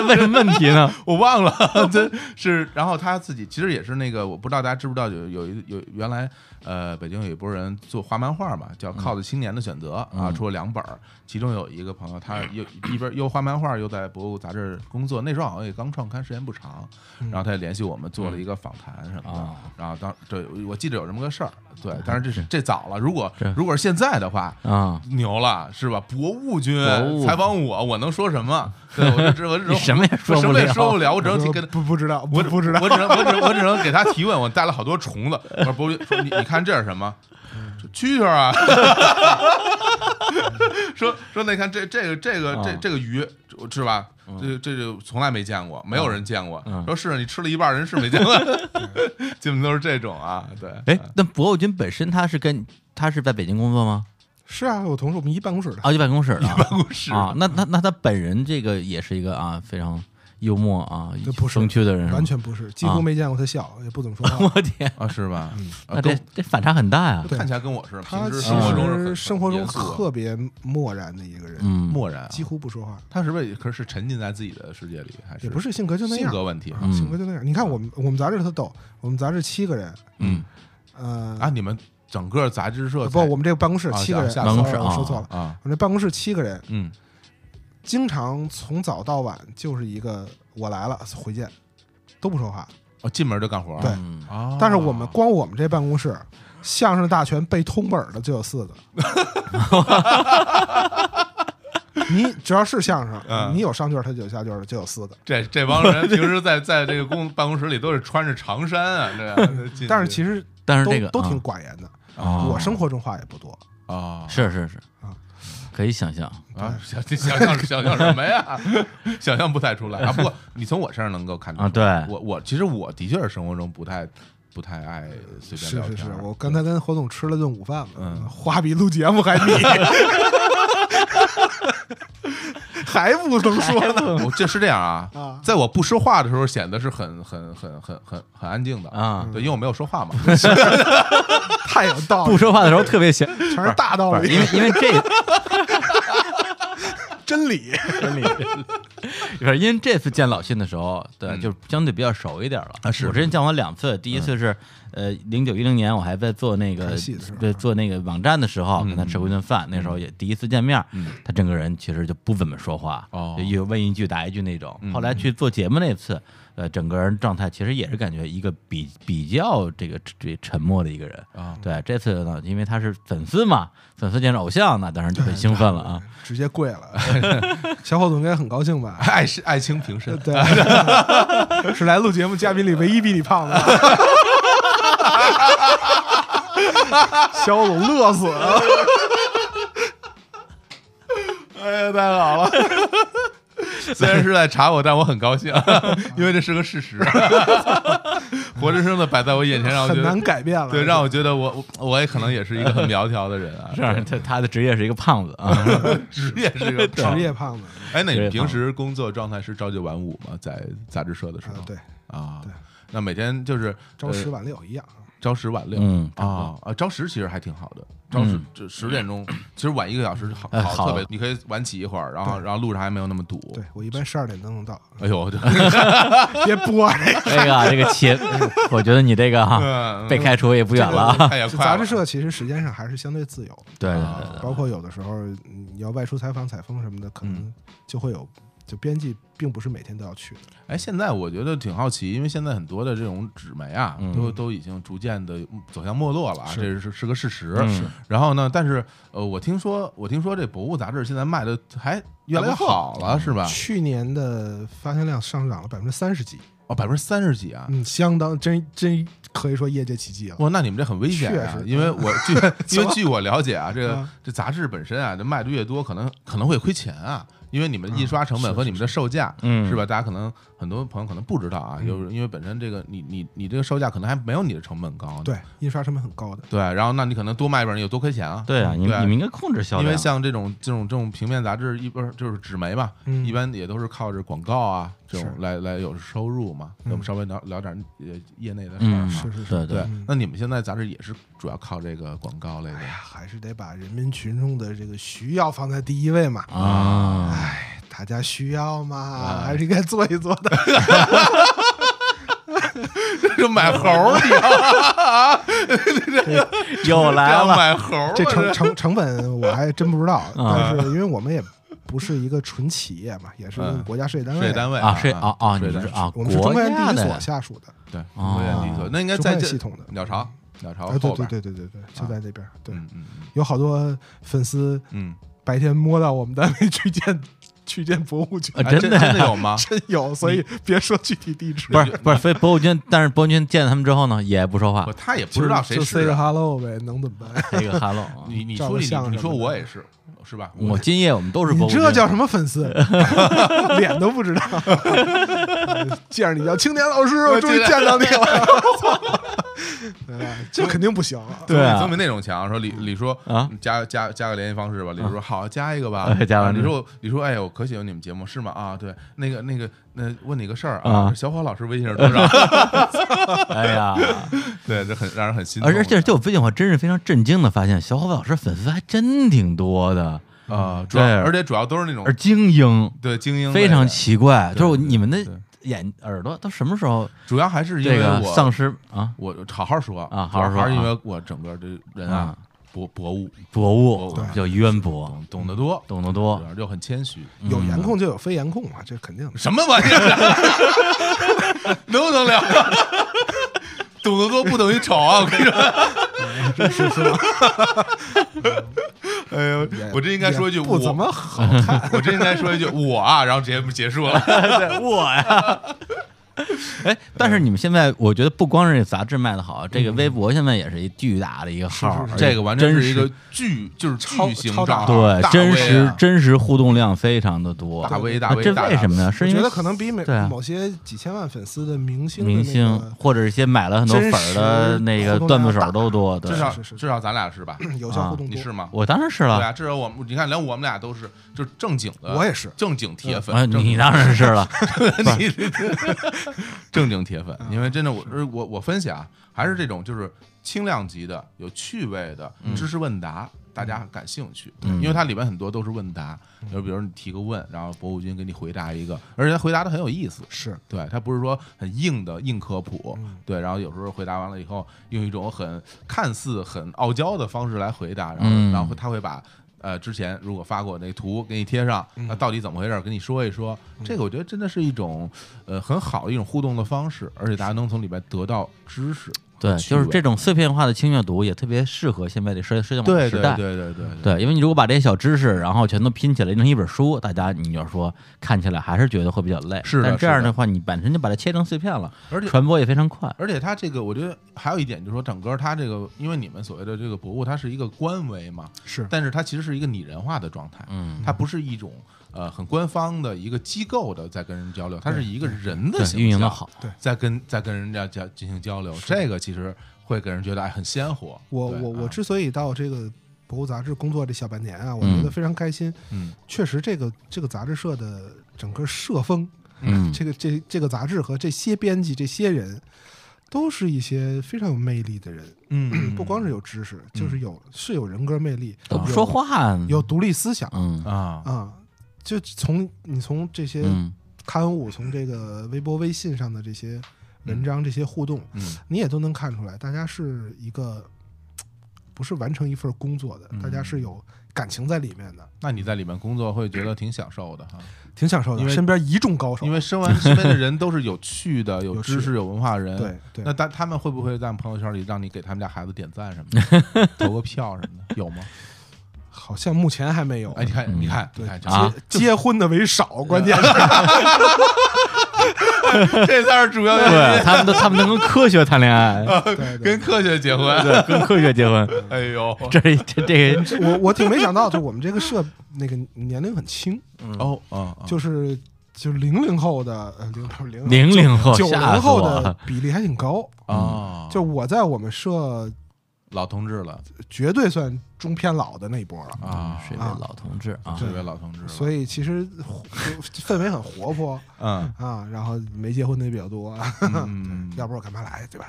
问什么问题 呢？ 我忘了，真是。然后他自己其实也是那个，我不知道大家知不知道，有有一有原来呃，北京有一波人做画漫画嘛，叫《靠着青年的选择》啊，嗯出了两本儿，其中有一个朋友，他又一边又画漫画，又在博物杂志工作，那时候好像也刚创刊，时间不长，然后他也联系我们做了一个访谈什么的啊，然后当这我记得有这么个事儿，对，但是这是这早了，如果如果是现在的话，嗯啊，牛了是吧？博物君博物采访我，我能说什么？对，我就只我只 能你什么也说不什么也说不了了，我只能我提说跟不不知道，我我只不知道我。只能我只我只能给他提问。我带了好多虫子，我说博物君说你你看这是什么？这蛐蛐儿啊。 说说那看这这个这个这啊这个鱼是吧？这这就从来没见过，没有人见过嗯。说是你吃了一半，人是没见过， 基本都是这种啊。 对，哎，那博物君本身他是跟他是在北京工作吗？是啊，我同事我们一办公室的，啊，就办公室的啊，故事啊，那那那他本人这个也是一个啊非常幽默啊这不、是风趣的人，是吗 完。全不是，几乎啊没见过他笑，也不怎么说话。我天，啊，是吧？啊嗯那这跟这反差很大呀就。对看起来跟我是，他平其时生活中是实很生活中很严肃特别漠然的一个人，嗯，漠然啊，几乎不说话，他是不是也可是沉浸在自己的世界里，还是也不是性格就那性样啊格，问题嗯性格就那样。你看我们我们杂志他逗，我们杂志七个人，嗯，呃啊？，你们整个杂志社不，才我们这个办公室啊七个人，下办公室 sorry，我说啊错了，啊，我们这办公室七个人，嗯，经常从早到晚就是一个我来了回见，都不说话。哦，进门就干活，对嗯啊，但是我们光我们这办公室，相声大全背通本儿的就有四个。 你只要是相声，嗯你有上句儿他就有下句儿的，就有四个。这这帮 人平时在在这个公办公室里都是穿着长衫啊， 这但是实其实但是都这个都挺啊寡言的。哦我生活中话也不多，啊是是是啊，可以想象。啊，想想象想象什么呀？ 想象不太出来啊。不过你从我身上能够看出啊对我我其实我的确是生活中不太不太爱随便是聊是天。啊是，我刚才跟侯总吃了顿午饭嘛，嗯话比录节目还 密，还不能说呢。我这是这样啊 啊在我不说话的时候，显得是很很很很很很安静的啊对，因为我没有 说话嘛。太有道理，不说话的时候特别显，全是大道不是理因，为因为这真理。真理，不是因为这次见老信的时候，对，嗯就相对比较熟一点了。啊是我之前见完两次，第一次是呃零九一零年，我还在做那个看戏的时候对做那个网站的时候，跟他吃过一顿饭，那时候也第一次见面，他整个人其实就不怎么说话，哦就一问一句答一句那种。后来去做节目那次。呃，整个人状态其实也是感觉一个比比较这个这沉默的一个人啊对，这次呢，因为他是粉丝嘛，粉丝见着偶像，那当然就很兴奋了啊。直接跪了。 小伙总应该很高兴 吧？爱是爱卿平身，对， 是来录节目嘉宾里唯一比你胖的。小伙总乐死了，哎呀，太好了！ 虽然是在查我，但我很高兴， 因为这是个 事实，活生生的摆在我眼前，让我觉很得难改变了。对，让我觉得我我我也可能也是一个很苗条 的人啊，这样，他他的职业是一个胖子啊。职业是一个职。业胖子哎，那职业你胖平时工作状态是朝九晚五吗？在杂志社的时啊候，，对，啊对，那每天就是朝十呃晚六一样。啊朝十晚六，嗯啊啊，朝十其实还挺好的，朝十就十点钟，其实晚一个小时好哎好好特别，你可以晚起一会儿，然后然后路上还没有那么堵。对，我一般十二点都能 到，哎呦，我就别播这个。这个啊这个切，我觉得你这个哈嗯被开除也不远了啊。太也就快杂了志社其实时间上还是相对自由的，对对对对，包括有的时候嗯你要外出采访、采风什么的，可嗯能就会有，就编辑并不是每天都要去的。哎，现在我觉得挺好奇，因为现在很多的这种纸媒啊，都都已经逐渐的走向没落了啊，这是是个事实。嗯是。然后呢，但是呃，我听说我听说这博物杂志现在卖的还越来越好了，是吧？去年的发行量上涨了百分之三十几，哦，百分之三十几啊！嗯，相当真真可以说业界奇迹了。哇，那你们这很危险啊确！实因为我 据 因为么据我了解啊，这个啊这杂志本身啊，这卖的越多，可能可能会亏钱啊，因为你们印刷成本和你们的售价，嗯是吧？大家可能很多朋友可能不知道嗯啊，就是因为本身这个你你你这个售价可能还没有你的成本高呢，对，印刷成本很高的，对，然后那你可能多卖一本有多亏钱啊，对啊，你对们你们应该控制销因量为。像这种这种这种平面杂志，一般就是纸媒嘛，嗯一般也都是靠着广告啊这种是嗯来来有收入嘛。那我们稍微聊聊点呃业内的事儿嗯，嘛。是是对对对，，那你们现在杂志也是主要靠这个广告类的哎 呀，还是得把人民群众的这个需要放在第一位嘛。啊，哎，大家需要嘛，还是应该做一做的。就买猴儿，你又来要了，买猴儿吗，这 成成成本我还真不知道，啊但是因为我们也不是一个纯企业嘛，也是嗯国家税单税位，单位啊税啊啊，税你单是啊，我们是中国科院家第一的所呀下属的。对，哦中科院第一所那应该中科在院这系统的鸟巢，鸟巢哎，对哦后对边儿，对对对对，就在那边。对，嗯嗯有好多粉丝嗯，白天摸到我们单位去见去见博物去，啊，哎真的真的呀 有吗？真有，所以别说具体地址，不是不是，所以博物君，但是博物君见了他们之后呢，也不说话不，，他也不就知道谁就是 say 个啊。 hello 呗，能怎么办？这个 hello 啊。你你照说个你相你什说么的我也是，是吧？我今夜我们都是博 你物君，这叫什么粉丝？脸都不知道，见着你叫青年老师，我终于见到你了。对吧？这肯定不行啊。对啊总比那种强。说李李说啊嗯加加加个联系方式吧。李说好，加一个吧哎。加完啊之李后说李说，哎呦，我可喜欢你们节目是吗？啊，对，那个那个，那问你个事儿啊啊，小伙老师微信是多少？哎呀，对，这很让人很心动。而而且就我最近我真是非常震惊的发现，小伙伴老师粉丝还真挺多的，啊，主要对而且主要都是那种而精英对精英类的，非常奇怪，对就是我你们的对对眼耳朵到什么时候主要还是因这为个我丧失啊我好好说啊主要好好说还是因啊为我整个这人啊博博物博物对叫渊博，懂懂得多，懂得多主，要又很谦虚，有颜控就有非颜控嘛，这肯定的。什么玩意儿？ 能不能聊？懂得多不等于丑啊！我跟你说， 是是吧？ 哎呦也我真应该说一句也我不，怎么好看。我真应该说一句我啊，然后节目结束了。对我呀。 哎，但是你们现在，我觉得不光是杂志卖的好，这个微博现在也是一巨大的一个号儿，啊这个完全真嗯是一实个巨，就是超巨型超大账号对大 V 真啊实真实互动量非常的多。大 V 大那 V，这大为什么？呢？是我因觉为得可能比每对啊某些几千万粉丝的明星的明那星个或者是一些买了很多粉儿的那个段子手都多。对啊至，少是是是嗯至少咱俩是吧？有效互动你多是。吗？我当然是对了，啊，至少我们你看，连我们俩都是就是正经的，我也是正经铁啊，粉，正你经当然是了。你 正经铁嗯粉， 因为真的我呃我我分析啊，还是这种就是轻量级的、有趣味的知识问答。大家感兴趣，嗯因为它里面很多都是问答，就比如你提个问，然后博物君给你回答一个，而且他回答的很有意思，是对他不是说很硬的硬科普嗯，对，然后有时候回答完了以后，用一种很看似很傲娇的方式来回答，然后嗯然后他会把呃之前如果发过那图给你贴上，那到底怎么回事儿，跟你说一说。这个我觉得真的是一种呃很好的一种互动的方式，而且大家能从里边得到知识，对，趣就是这味嗯种碎片化的轻阅读也特别适合现在的社社交网络对时对代。对对对对对，因为你如果把这些小知识，然后全都拼起来弄一本书，大家你要说看起来还是觉得会比较累。是的但这样是的话，你本身就把它切成碎片了，而且传播也非常快。而且它这个，我觉得还有一点就是说，整个它这个，因为你们所谓的这个博物，它是一个官微嘛，是，但是它其实是一个拟人化的状态，嗯，它不是一种呃很官方的一个机构的在跟人交流，它是一个人的对，形运营的象好，在跟在跟人家交进行交流，这个其实会给人觉得哎很鲜活。我对我啊我之所以到这个博物杂志工作这小半年啊，我嗯觉得非常开心。嗯 确实，这个这个杂志社的整个社风，嗯，这个这这个杂志和这些编辑这些人，都是一些非常有魅力的人。嗯不光是有知识，就是有是有人格魅力，嗯都不有嗯说，话，有独立思想嗯啊啊。就从你从这些嗯刊物从这个微博、微信上的这些文章、这些互动，嗯你也都能看出来，大家是一个嘖不是完成一份工作的，大家是有感情在里面的，那你在里面工作会觉得挺享受的哈，挺享受的。因为身边一众高手，因为 身完身边的人都是有趣的、有有知识、有文化的人。对对那他他们会不会在朋友圈里让你给他们家孩子点赞什么的， 投个票什么的，有吗？好像目前还没有。嗯哎，你看，你看，你对看，这啊，结结婚的为少，关键是这才是主要原因对他们都他们能跟科学谈恋 爱，对对跟科学结婚。对，跟科学结婚， 哎呦，这这这个我我挺没想到，就我们这个社那个年龄很轻，哦啊，啊就是就零零后的呃零不是零零零后九吓零死我后的啊了，比例还挺高。哦，嗯就我在我们社老同志了绝对算中偏老的那一波了，啊，嗯是一位老同志啊这，位老同志了，所以其实活 氛围很活泼 嗯啊，然后没结婚的也比较多，啊嗯要不然我干嘛来，对吧？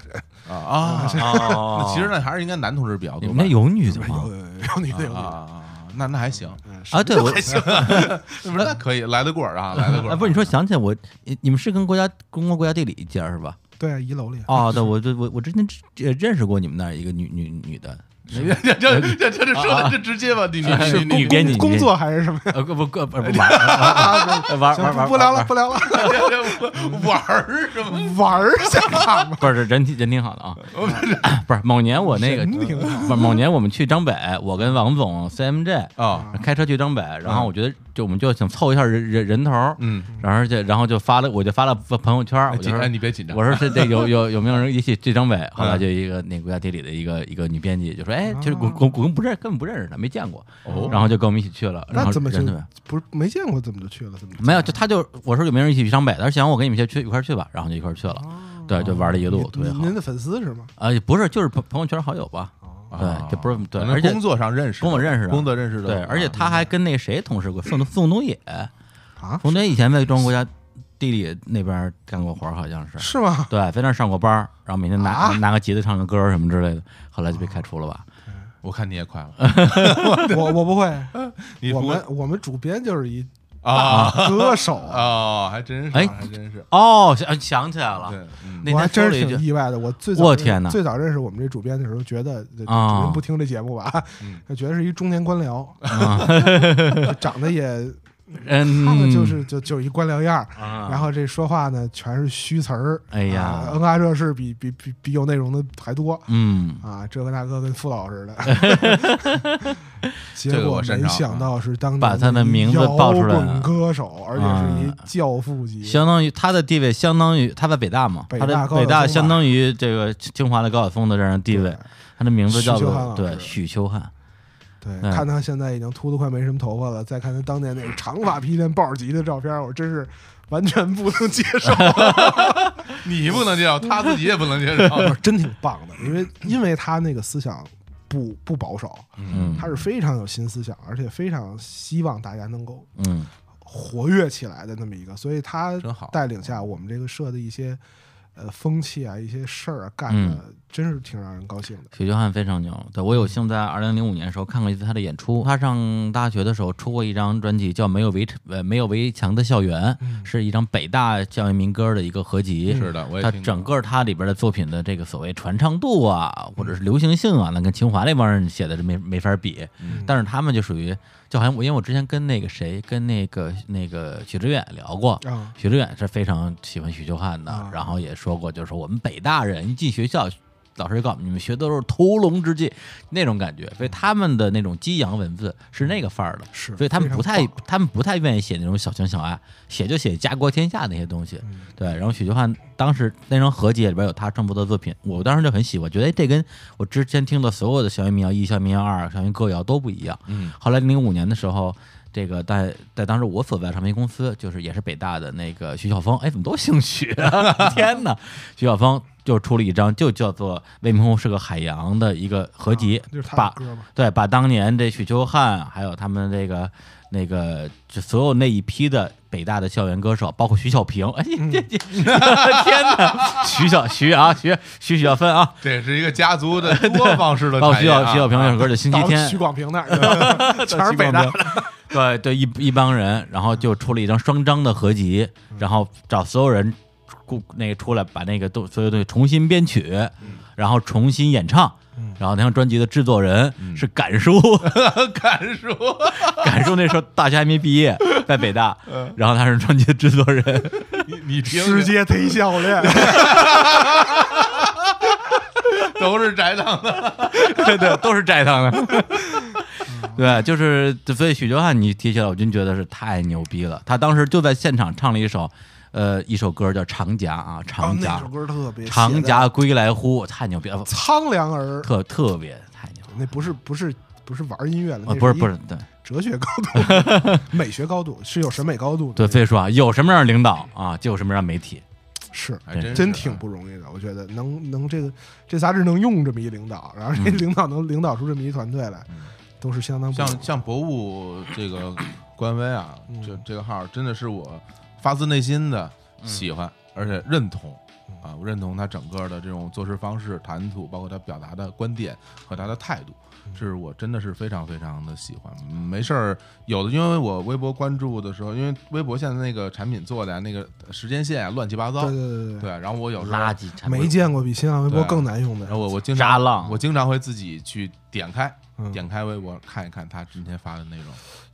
啊啊， 哦那其实呢还是应该男同志比较你多们吧那有女的有吗？有有女的有嗯女的，啊啊，啊那那还行，啊，对我不是那可以来得过儿啊，来得过儿哎，不是你说想起来我，你你们是跟国家中国国家地理一家是吧？对啊，一楼里哦，对，我就我我之前呃认识过你们那儿一个女女女的，这这这这这这说的这直接吧，你你你女你编辑，工作还是什么呀？呃不不不不玩玩玩行，玩不不聊了，不聊了， 玩儿什么？玩儿去吧。不是人挺人挺好的啊， 不是某年我那个人挺不是某年我们去张北，我跟王总 CMJ 啊，开车去张北，然后我觉得就我们就想凑一下人人人头，嗯，然后就然后就发了我就发了朋友圈，我就紧说哎你别紧张，嗯我说这这有 有有没有人一起去张北？后来就一个那国家地理的一个一个女编辑就说，哎，其实我我我不认根本不认识他，没见过，啊哦然后就跟我们一起去了。然那后怎么就人特别不是没见过，怎么就去了？怎么就没有？就他就我说有没有人一起去张北？他说行，我跟你们一起去一块儿去吧，然后就一块儿去了。啊对，就玩了一路，特别您好您。的粉丝是吗？啊，也不是，就是朋朋友圈好友吧？啊对，这不是对，可能而且哦工作上认识的，工作认识的工作认识的，啊对，而且他还跟那谁同事过，宋宋冬野，啊，宋冬野以前在中国国家地理那边干过活儿，好像是。是吗？对，在那儿上过班儿，然后每天拿、啊拿个吉他唱个歌儿什么之类的，后来就被开除了吧？我看你也快了，我我不 会，你我不们我们主编就是一啊歌 手，哦，还真是，哎还真是，哦，想想起来了，对，嗯那我还天真说了是一挺句，意外的。我最早我认天哪最早认识我们这主编的时候，觉得这主啊嗯编不听这节目吧，他觉得是一中年官僚，啊 长得也他嗯，们就是就就是一官僚样儿，啊，然后这说话呢全是虚词儿，哎呀啊嗯啊这事比比比比有内容的还多。嗯，啊，这个大哥跟傅老似的，结 这个果我擅没长想啊到是当年把他的的名字摇报出来滚了歌手，而且是一啊教父级，相当于他的地位相当于他在北大嘛，北他大的高晓北大松相吧当于这个清华的高晓松的这样的地位，他的名字许叫秋做汉老对师许秋汉，对，嗯看他现在已经秃的快没什么头发了，再看他当年那个长发披肩、抱着吉的照片，我真是完全不能接受。你不能接受，他自己也不能接受，我真挺棒的，因为因为他那个思想不不保守，嗯他是非常有新思想，而且非常希望大家能够嗯活跃起来的那么一个，所以他真好带领下我们这个社的一些呃风气啊，一些事儿啊干嗯的，真是挺让人高兴的。许秋汉非常牛，对我有幸在二零零五年的时候看过一次他的演出。他上大学的时候出过一张专辑，叫《没有围城呃没有围墙的校园》，嗯是一张北大校园民歌的一个合集。是的我也他听过整个他里边的作品的这个所谓传唱度嗯啊，或者是流行性啊，那跟清华那帮人写的这没没法比。嗯但是他们就属于，就好像我因为我之前跟那个谁，跟那个那个许知远聊过，啊许知远是非常喜欢许秋汉的，啊然后也说过，就是说我们北大人一进学校，老师就告诉你们学的都是屠龙之计那种感觉，所以他们的那种激扬文字是那个范儿的，是所以他们非常不太棒他们不太愿意写那种小情小爱，写就写家国天下那些东西，嗯对。然后许秋汉当时那张合集里边有他创作的作品，我当时就很喜欢，觉得哎这跟我之前听的所有的校园民谣一、校园民谣二、校园歌谣都不一样，嗯，后来零五年的时候，这个在在当时我所在唱片公司，就是也是北大的那个徐晓峰，哎，怎么都姓徐、啊？ 天哪！徐晓峰就出了一张就叫做《未名湖是个海洋》的一个合集，啊就是他把的歌嘛，对把当年这许秋汉还有他们这个那个就所有那一批的北大的校园歌手，包括徐小平， 哎，这这天哪！徐小徐啊，徐徐徐小芬啊，这是一个家族的多方式的包括产徐业小啊，徐小平那首歌叫《星期到天》，徐广平那 儿，全是北大的。对对，一一帮人，然后就出了一张双张的合集，然后找所有人出那个出来把那个都所有东西重新编曲，然后重新演唱。然后那张专辑的制作人是敢叔， 敢说， 敢叔那时候大学还没毕业，在北大，嗯然后他是专辑的制作 人，你你听世界忒笑恋，都是宅党的，对对，都是斋堂 的。 对，就是所以许秋汉你提起来，我真觉得是太牛逼了。他当时就在现场唱了一首，呃，一首歌叫《长夹》啊，《哦长夹》那首歌特别长夹夹归来乎，太牛逼了，苍凉儿，特特别太牛了。那不是不是不是玩音乐了，呃，那不是一不是，对哲学高度、美学高度是有审美高度的对，，所以说啊，有什么样的领导啊，就有什么样的媒体。是还真真是啊挺不容易的。我觉得能能这个这杂志能用这么一领导，然后嗯这领导能领导出这么一团队来，都是相当不容易像像博物这个官微啊，嗯这这个号真的是我发自内心的嗯喜欢，而且认同啊，我认同他整个的这种做事方式、谈吐，包括他表达的观点和他的态度。嗯这是我真的是非常非常的喜欢，嗯没事儿，有的因为我微博关注的时候，因为微博现在那个产品做的、啊、那个时间线啊乱七八糟，对对对对，然后我有时候垃圾产品没见过比新浪微博对啊更难用的然。后我我经渣常浪我经常会自己去点开嗯点开微博看一看他今天发的内容。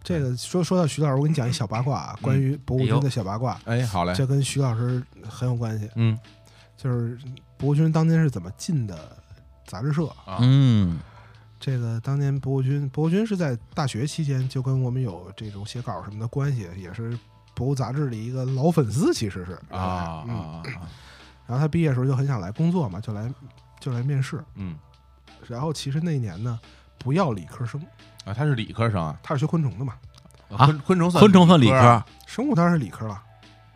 这个说说到徐老师，我给你讲一小八卦，啊，关于博物君的小八卦，嗯哎，好嘞，这跟徐老师很有关系。嗯就是博物君当年是怎么进的杂志社？啊，嗯这个当年博物君，博物君是在大学期间就跟我们有这种写稿什么的关系，也是博物杂志的一个老粉丝，其实是啊啊嗯啊啊，然后他毕业的时候就很想来工作嘛，就来就来面试。嗯然后其实那一年呢，不要理科生，啊，他是理科生啊，他是学昆虫的嘛，啊昆昆虫算昆虫算理啊科，生物当然是理科了。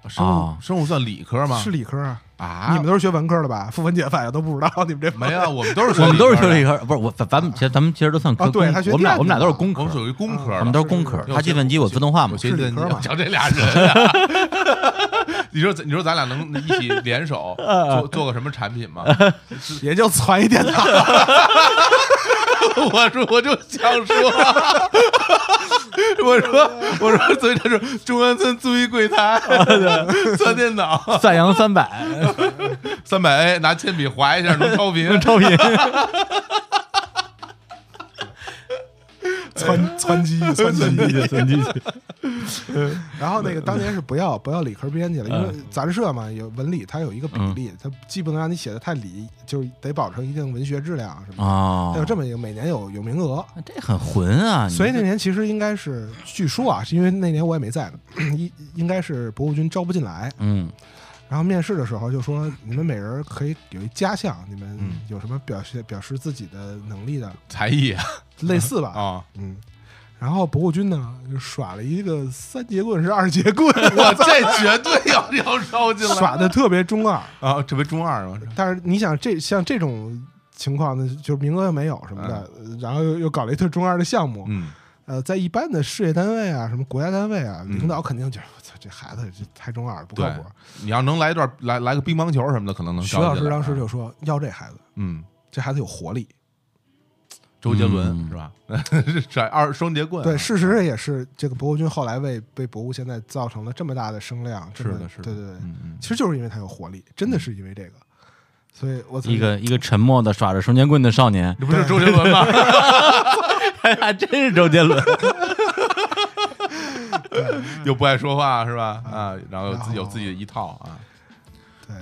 生啊物生物算理科吗？是理科啊？啊，嗯你们都是学文科的吧？ 傅文姐反应都不知道，你们这没有，我们都是 学我们都是学理科科，不是我，咱咱们其实咱们其实都算科啊对工他学我们俩电子我们俩都是嘛工的，科我们，属于工科啊我们的。都是工科是。是他计算机，我自动化嘛我。学是计算理机科嘛讲这俩人啊， 你说你说咱俩能一起联手 啊做做个什么产品吗？也就攒一电 脑。我说我就想说，我说我说，所以他说中关村租一柜台 算电脑，赞扬三百， 三百 A 拿铅笔划一下能超频，超频，窜窜机， 窜机。算机然后那个当年是不要不要理科编辑嗯了，因为杂志社嘛，有文理，它有一个比例，它既不能让你写的太理，就是得保证一定文学质量啊什么的。哦 它有这么一个，每年有有名额，这很混啊！你所以那年其实应该是，据说啊，是因为那年我也没在呢，应应该是博物君招不进来，嗯然后面试的时候就说你们每人可以有一家项，你们嗯有什么表现表示自己的能力的，才艺啊类似吧，啊！嗯。然后博物君呢，就耍了一个三节棍是二节棍，我这绝对要要烧进来耍的特别中二。啊！这不中二吗？但是你想这像这种情况呢，就是名额又没有什么的，然后又又搞了一特中二的项目，嗯，呃，在一般的事业单位啊，什么国家单位啊，嗯领导肯定觉得我操这孩子这太中二了，不靠对谱。，你要能来一段来来个乒乓球什么的，可能能徐烧老师进来啊当时就说要这孩子，嗯，这孩子有活力。周杰嗯伦是吧？ 甩二双节棍啊，对，事实也是这个博物君后来为被博物现在造成了这么大的声量，这是么的，是的，对对对，嗯嗯其实就是因为他有活力，真的是因为这个，所以我一个一个沉默的耍着双截棍的少年， 这不是周杰伦吗？ 还真是周杰伦。又不爱说话是吧？啊，然后有然后自有自己的一套啊，对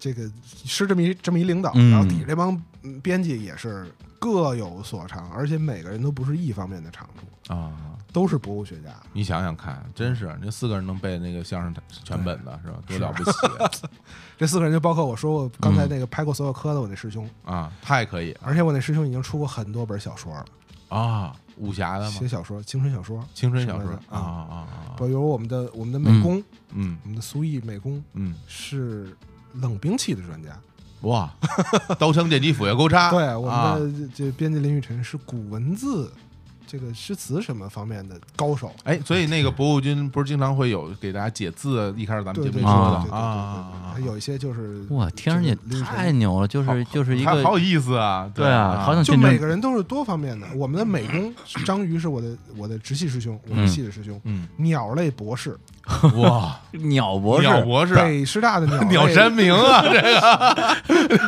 这个是这么一这么一领导，嗯然后底下这帮嗯编辑也是各有所长，而且每个人都不是一方面的长处，啊，都是博物学家。你想想看，真是那四个人能背那个相声全本的是吧？多了不 起这四个人就包括我说过刚嗯才那个拍过所有科的我那师兄，啊！太可以了而且我那师兄已经出过很多本小说了，啊！武侠的吗写？小说、青春小说，青春小什说么啊的啊啊，啊啊！比如我们的我们的美嗯工，嗯我们的苏毅美工嗯，是冷兵器的专家，哇， 刀枪剑戟斧钺钩叉，对我啊们的这这编辑林雨辰是古文字。这个诗词什么方面的高手？哎，所以那个博物君不是经常会有给大家解字？一开始咱们对节目对里对说啊对对对对的啊对对，，有一些就是哇，听上去这个太牛了，就是就是一还个好有意思啊！对啊，好想就见证每个人都是多方面的。我们的美工章鱼是我的我的直系师兄，我们系的师兄，嗯，鸟类博士，哇，鸟博士鸟博士啊，北师大的鸟类 鸟山 明啊，这个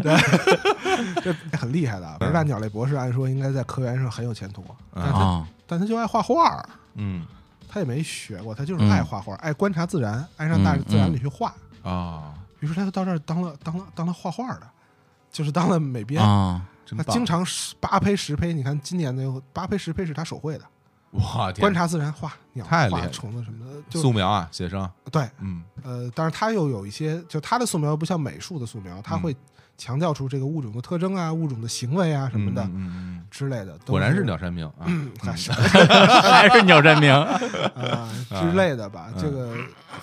这很厉害的啊。北师嗯大鸟类博士按说应该在科研上很有前途，但他啊，但他就爱画画儿，嗯他也没学过，他就是爱画画儿，爱观察自然，爱上大嗯自然里去画。啊，于是他就到这儿当了当了当了画画的，就是当了美编。啊，真他棒经常十八胚十胚，你看今年的有八胚十胚是他手绘的，哇，天观察自然画鸟、太厉害画了虫子什么的，就素描啊，写生，对，嗯呃，但是它又有一些，就它的素描不像美术的素描，它嗯会强调出这个物种的特征啊、物种的行为啊什么的嗯嗯嗯嗯之类的。都果然是鸟山明啊，哎 是还是鸟山明啊之类的吧。这个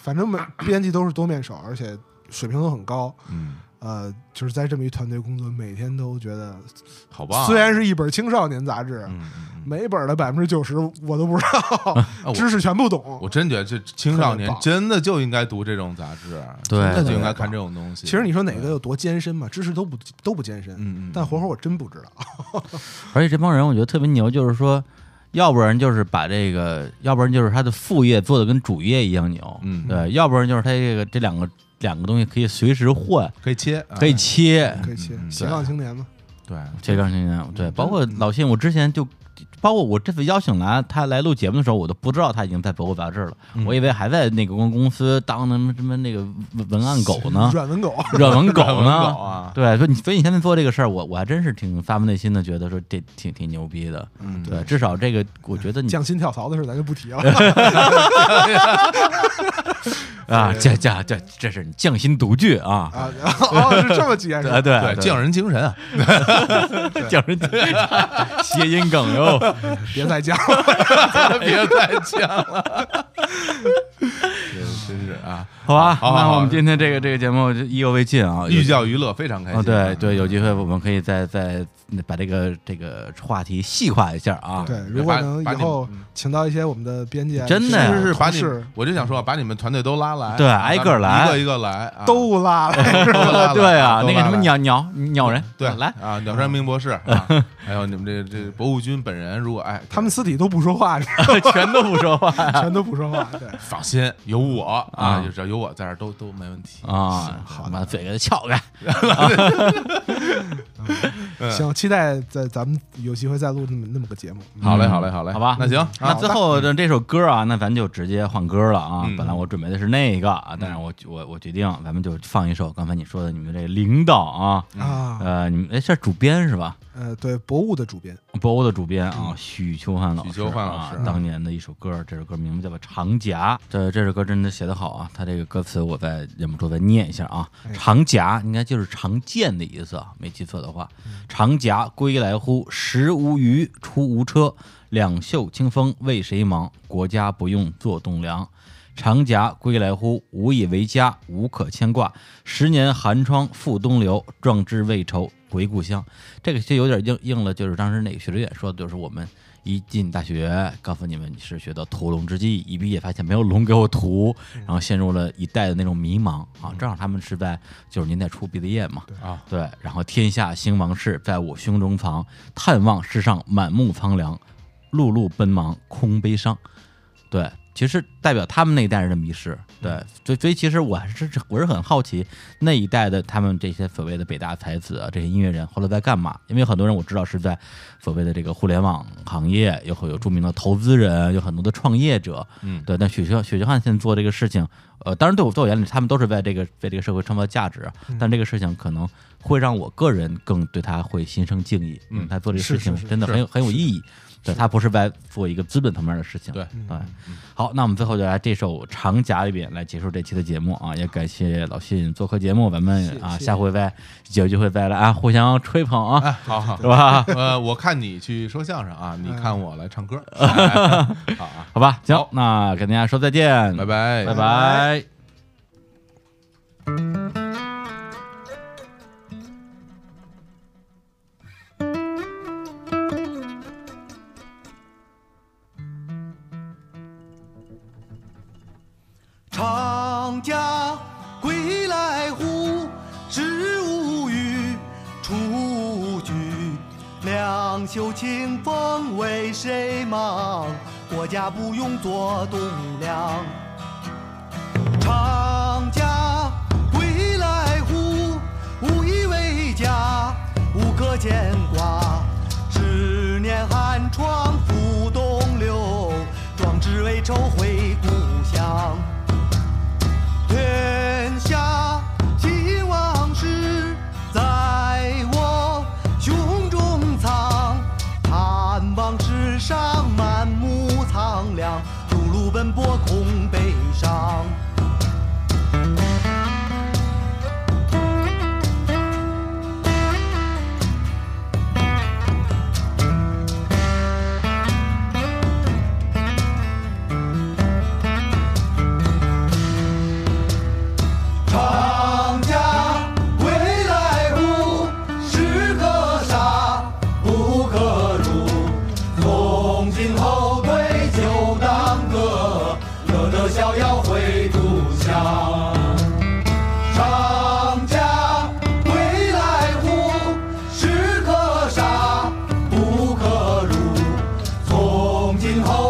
反正每编辑都是多面手，而且水平都很高。嗯，呃，就是在这么一团队工作，每天都觉得，好棒啊。虽然是一本青少年杂志，嗯，嗯嗯啊每本的百分之九十我都不知 道，我知识全不懂。我真觉得这青少年特别棒真的就应该读这种杂志，对真的就应该看这种东西。其实你说哪个有多艰深嘛？知识都不都不艰深，嗯嗯嗯嗯但活活我真不知道。而且这帮人我觉得特别牛，就是说。要不然就是把这个，要不然就是他的副业做的跟主业一样牛，嗯对，要不然就是他这个这两个两个东西可以随时换，可以切，啊可以切，可以切嗯嗯斜杠青年嘛？，对，斜杠青年，对，包括老信，我之前就，包括我这次邀请来他来录节目的时候，我都不知道他已经在博物杂志了，嗯我以为还在那个公公司当什么什么那个文文案狗 呢嗯软文狗。软文狗软文呢狗。啊，对，所以你所以你现在做这个事儿，我我还真是挺发自内心的觉得说这挺挺牛逼的，嗯对，至少这个我觉得你降薪跳槽的事儿咱就不提了。啊，这这这这是你匠心独具啊，啊，然后哦，是这么几件事啊儿。对对，匠人精神 啊，匠人啊 谐音梗哟，别再讲了。别再讲了。 真是啊，好吧，好好那好我们今天这个这个节目就意犹未尽啊，有寓教于乐，非常开啊，心。嗯对对，有机会我们可以再再把这个这个话题细化一下啊。 对，如果把能把以你们嗯后请到一些我们的编辑啊，真的呀甚是至是是把同你事，我就想说，把你们团队都拉来，对啊挨个咱们来一个一个来，啊都拉 来，都拉来 对啊，都那个拉什么来鸟鸟鸟人，对来， 啊，鸟山明博士，啊还有你们这这博物君本人，如果哎，他们私底都不说话，全都不 说话全都不说话，对，放心，有我啊啊，就只要有我在这儿都都没问题。啊，好，把嘴给他撬开。行，期待在咱们有机会再录那么那么个节目。好嘞，好嘞，嗯好嗯嘞，嗯好吧，嗯那行，啊那好最吧后的这首歌啊，那咱就直接换歌了啊。嗯本来我准备的是那个，啊，但是我我我决定，咱们就放一首刚才你说的你们这领导啊，嗯啊，呃，你们哎，这是主编是吧？呃，对，博物的主编，博欧的主编啊，许秋汉老师啊，许秋汉老师当年的一首歌，这首歌名字叫做《长夹》。这这首歌真的写得好啊！他这个歌词我再忍不住再念一下啊，“长夹”应该就是长剑的意思啊，没记错的话。长夹归来乎？食无鱼，出无车，两袖清风为谁忙？国家不用做栋梁。长夹归来乎？无以为家，无可牵挂。十年寒窗复东流，壮志未酬回故乡。这个就有点应应了，就是当时那个许知远说的，就是我们一进大学，告诉你们是学到屠龙之技，一毕业发现没有龙给我屠，然后陷入了一代的那种迷茫啊。正好他们是在九十年代初毕的业嘛，啊，对，然后天下兴亡事在我胸中藏，探望世上满目苍凉，碌碌奔忙空悲伤。对，其实代表他们那一代人的迷失。对，嗯所以所以其实我还是我是很好奇那一代的他们这些所谓的北大才子啊，这些音乐人后来在干嘛？因为很多人我知道是在所谓的这个互联网行业，有会有著名的投资人，有很多的创业者。嗯对。但许秀许秀汉现在做这个事情，呃，当然对我在我眼里，他们都是为这个为这个社会创造价值，啊嗯但这个事情可能会让我个人更对他会心生敬意。嗯他做这个是事情是是真的很有很有意义。对他不是在做一个资本方面的事情，对对，好，那我们最后就来这首《长夹》里边来结束这期的节目啊，也感谢老信做客节目，咱们谢啊谢下回再有机会再来啊互相吹捧啊，哎，好 好是。吧？ 呃，我看你去说相声啊，你看我来 唱歌，哎好啊，好吧，行好，那跟大家说再见，拜，拜，拜拜。长家归来乎？知无语，出无居。两袖清风为谁忙？国家不用做栋梁。长家归来乎？无以为家，无可牵挂。十年寒窗复东流，壮志未酬回故乡。天下希望事，在我胸中藏。盼望世上满目苍凉，碌碌奔波空悲伤。长家归来乎？是个傻，不可辱。从今后退休当个，乐得逍遥回故乡。长家归来乎？是个傻，不可辱。从今后。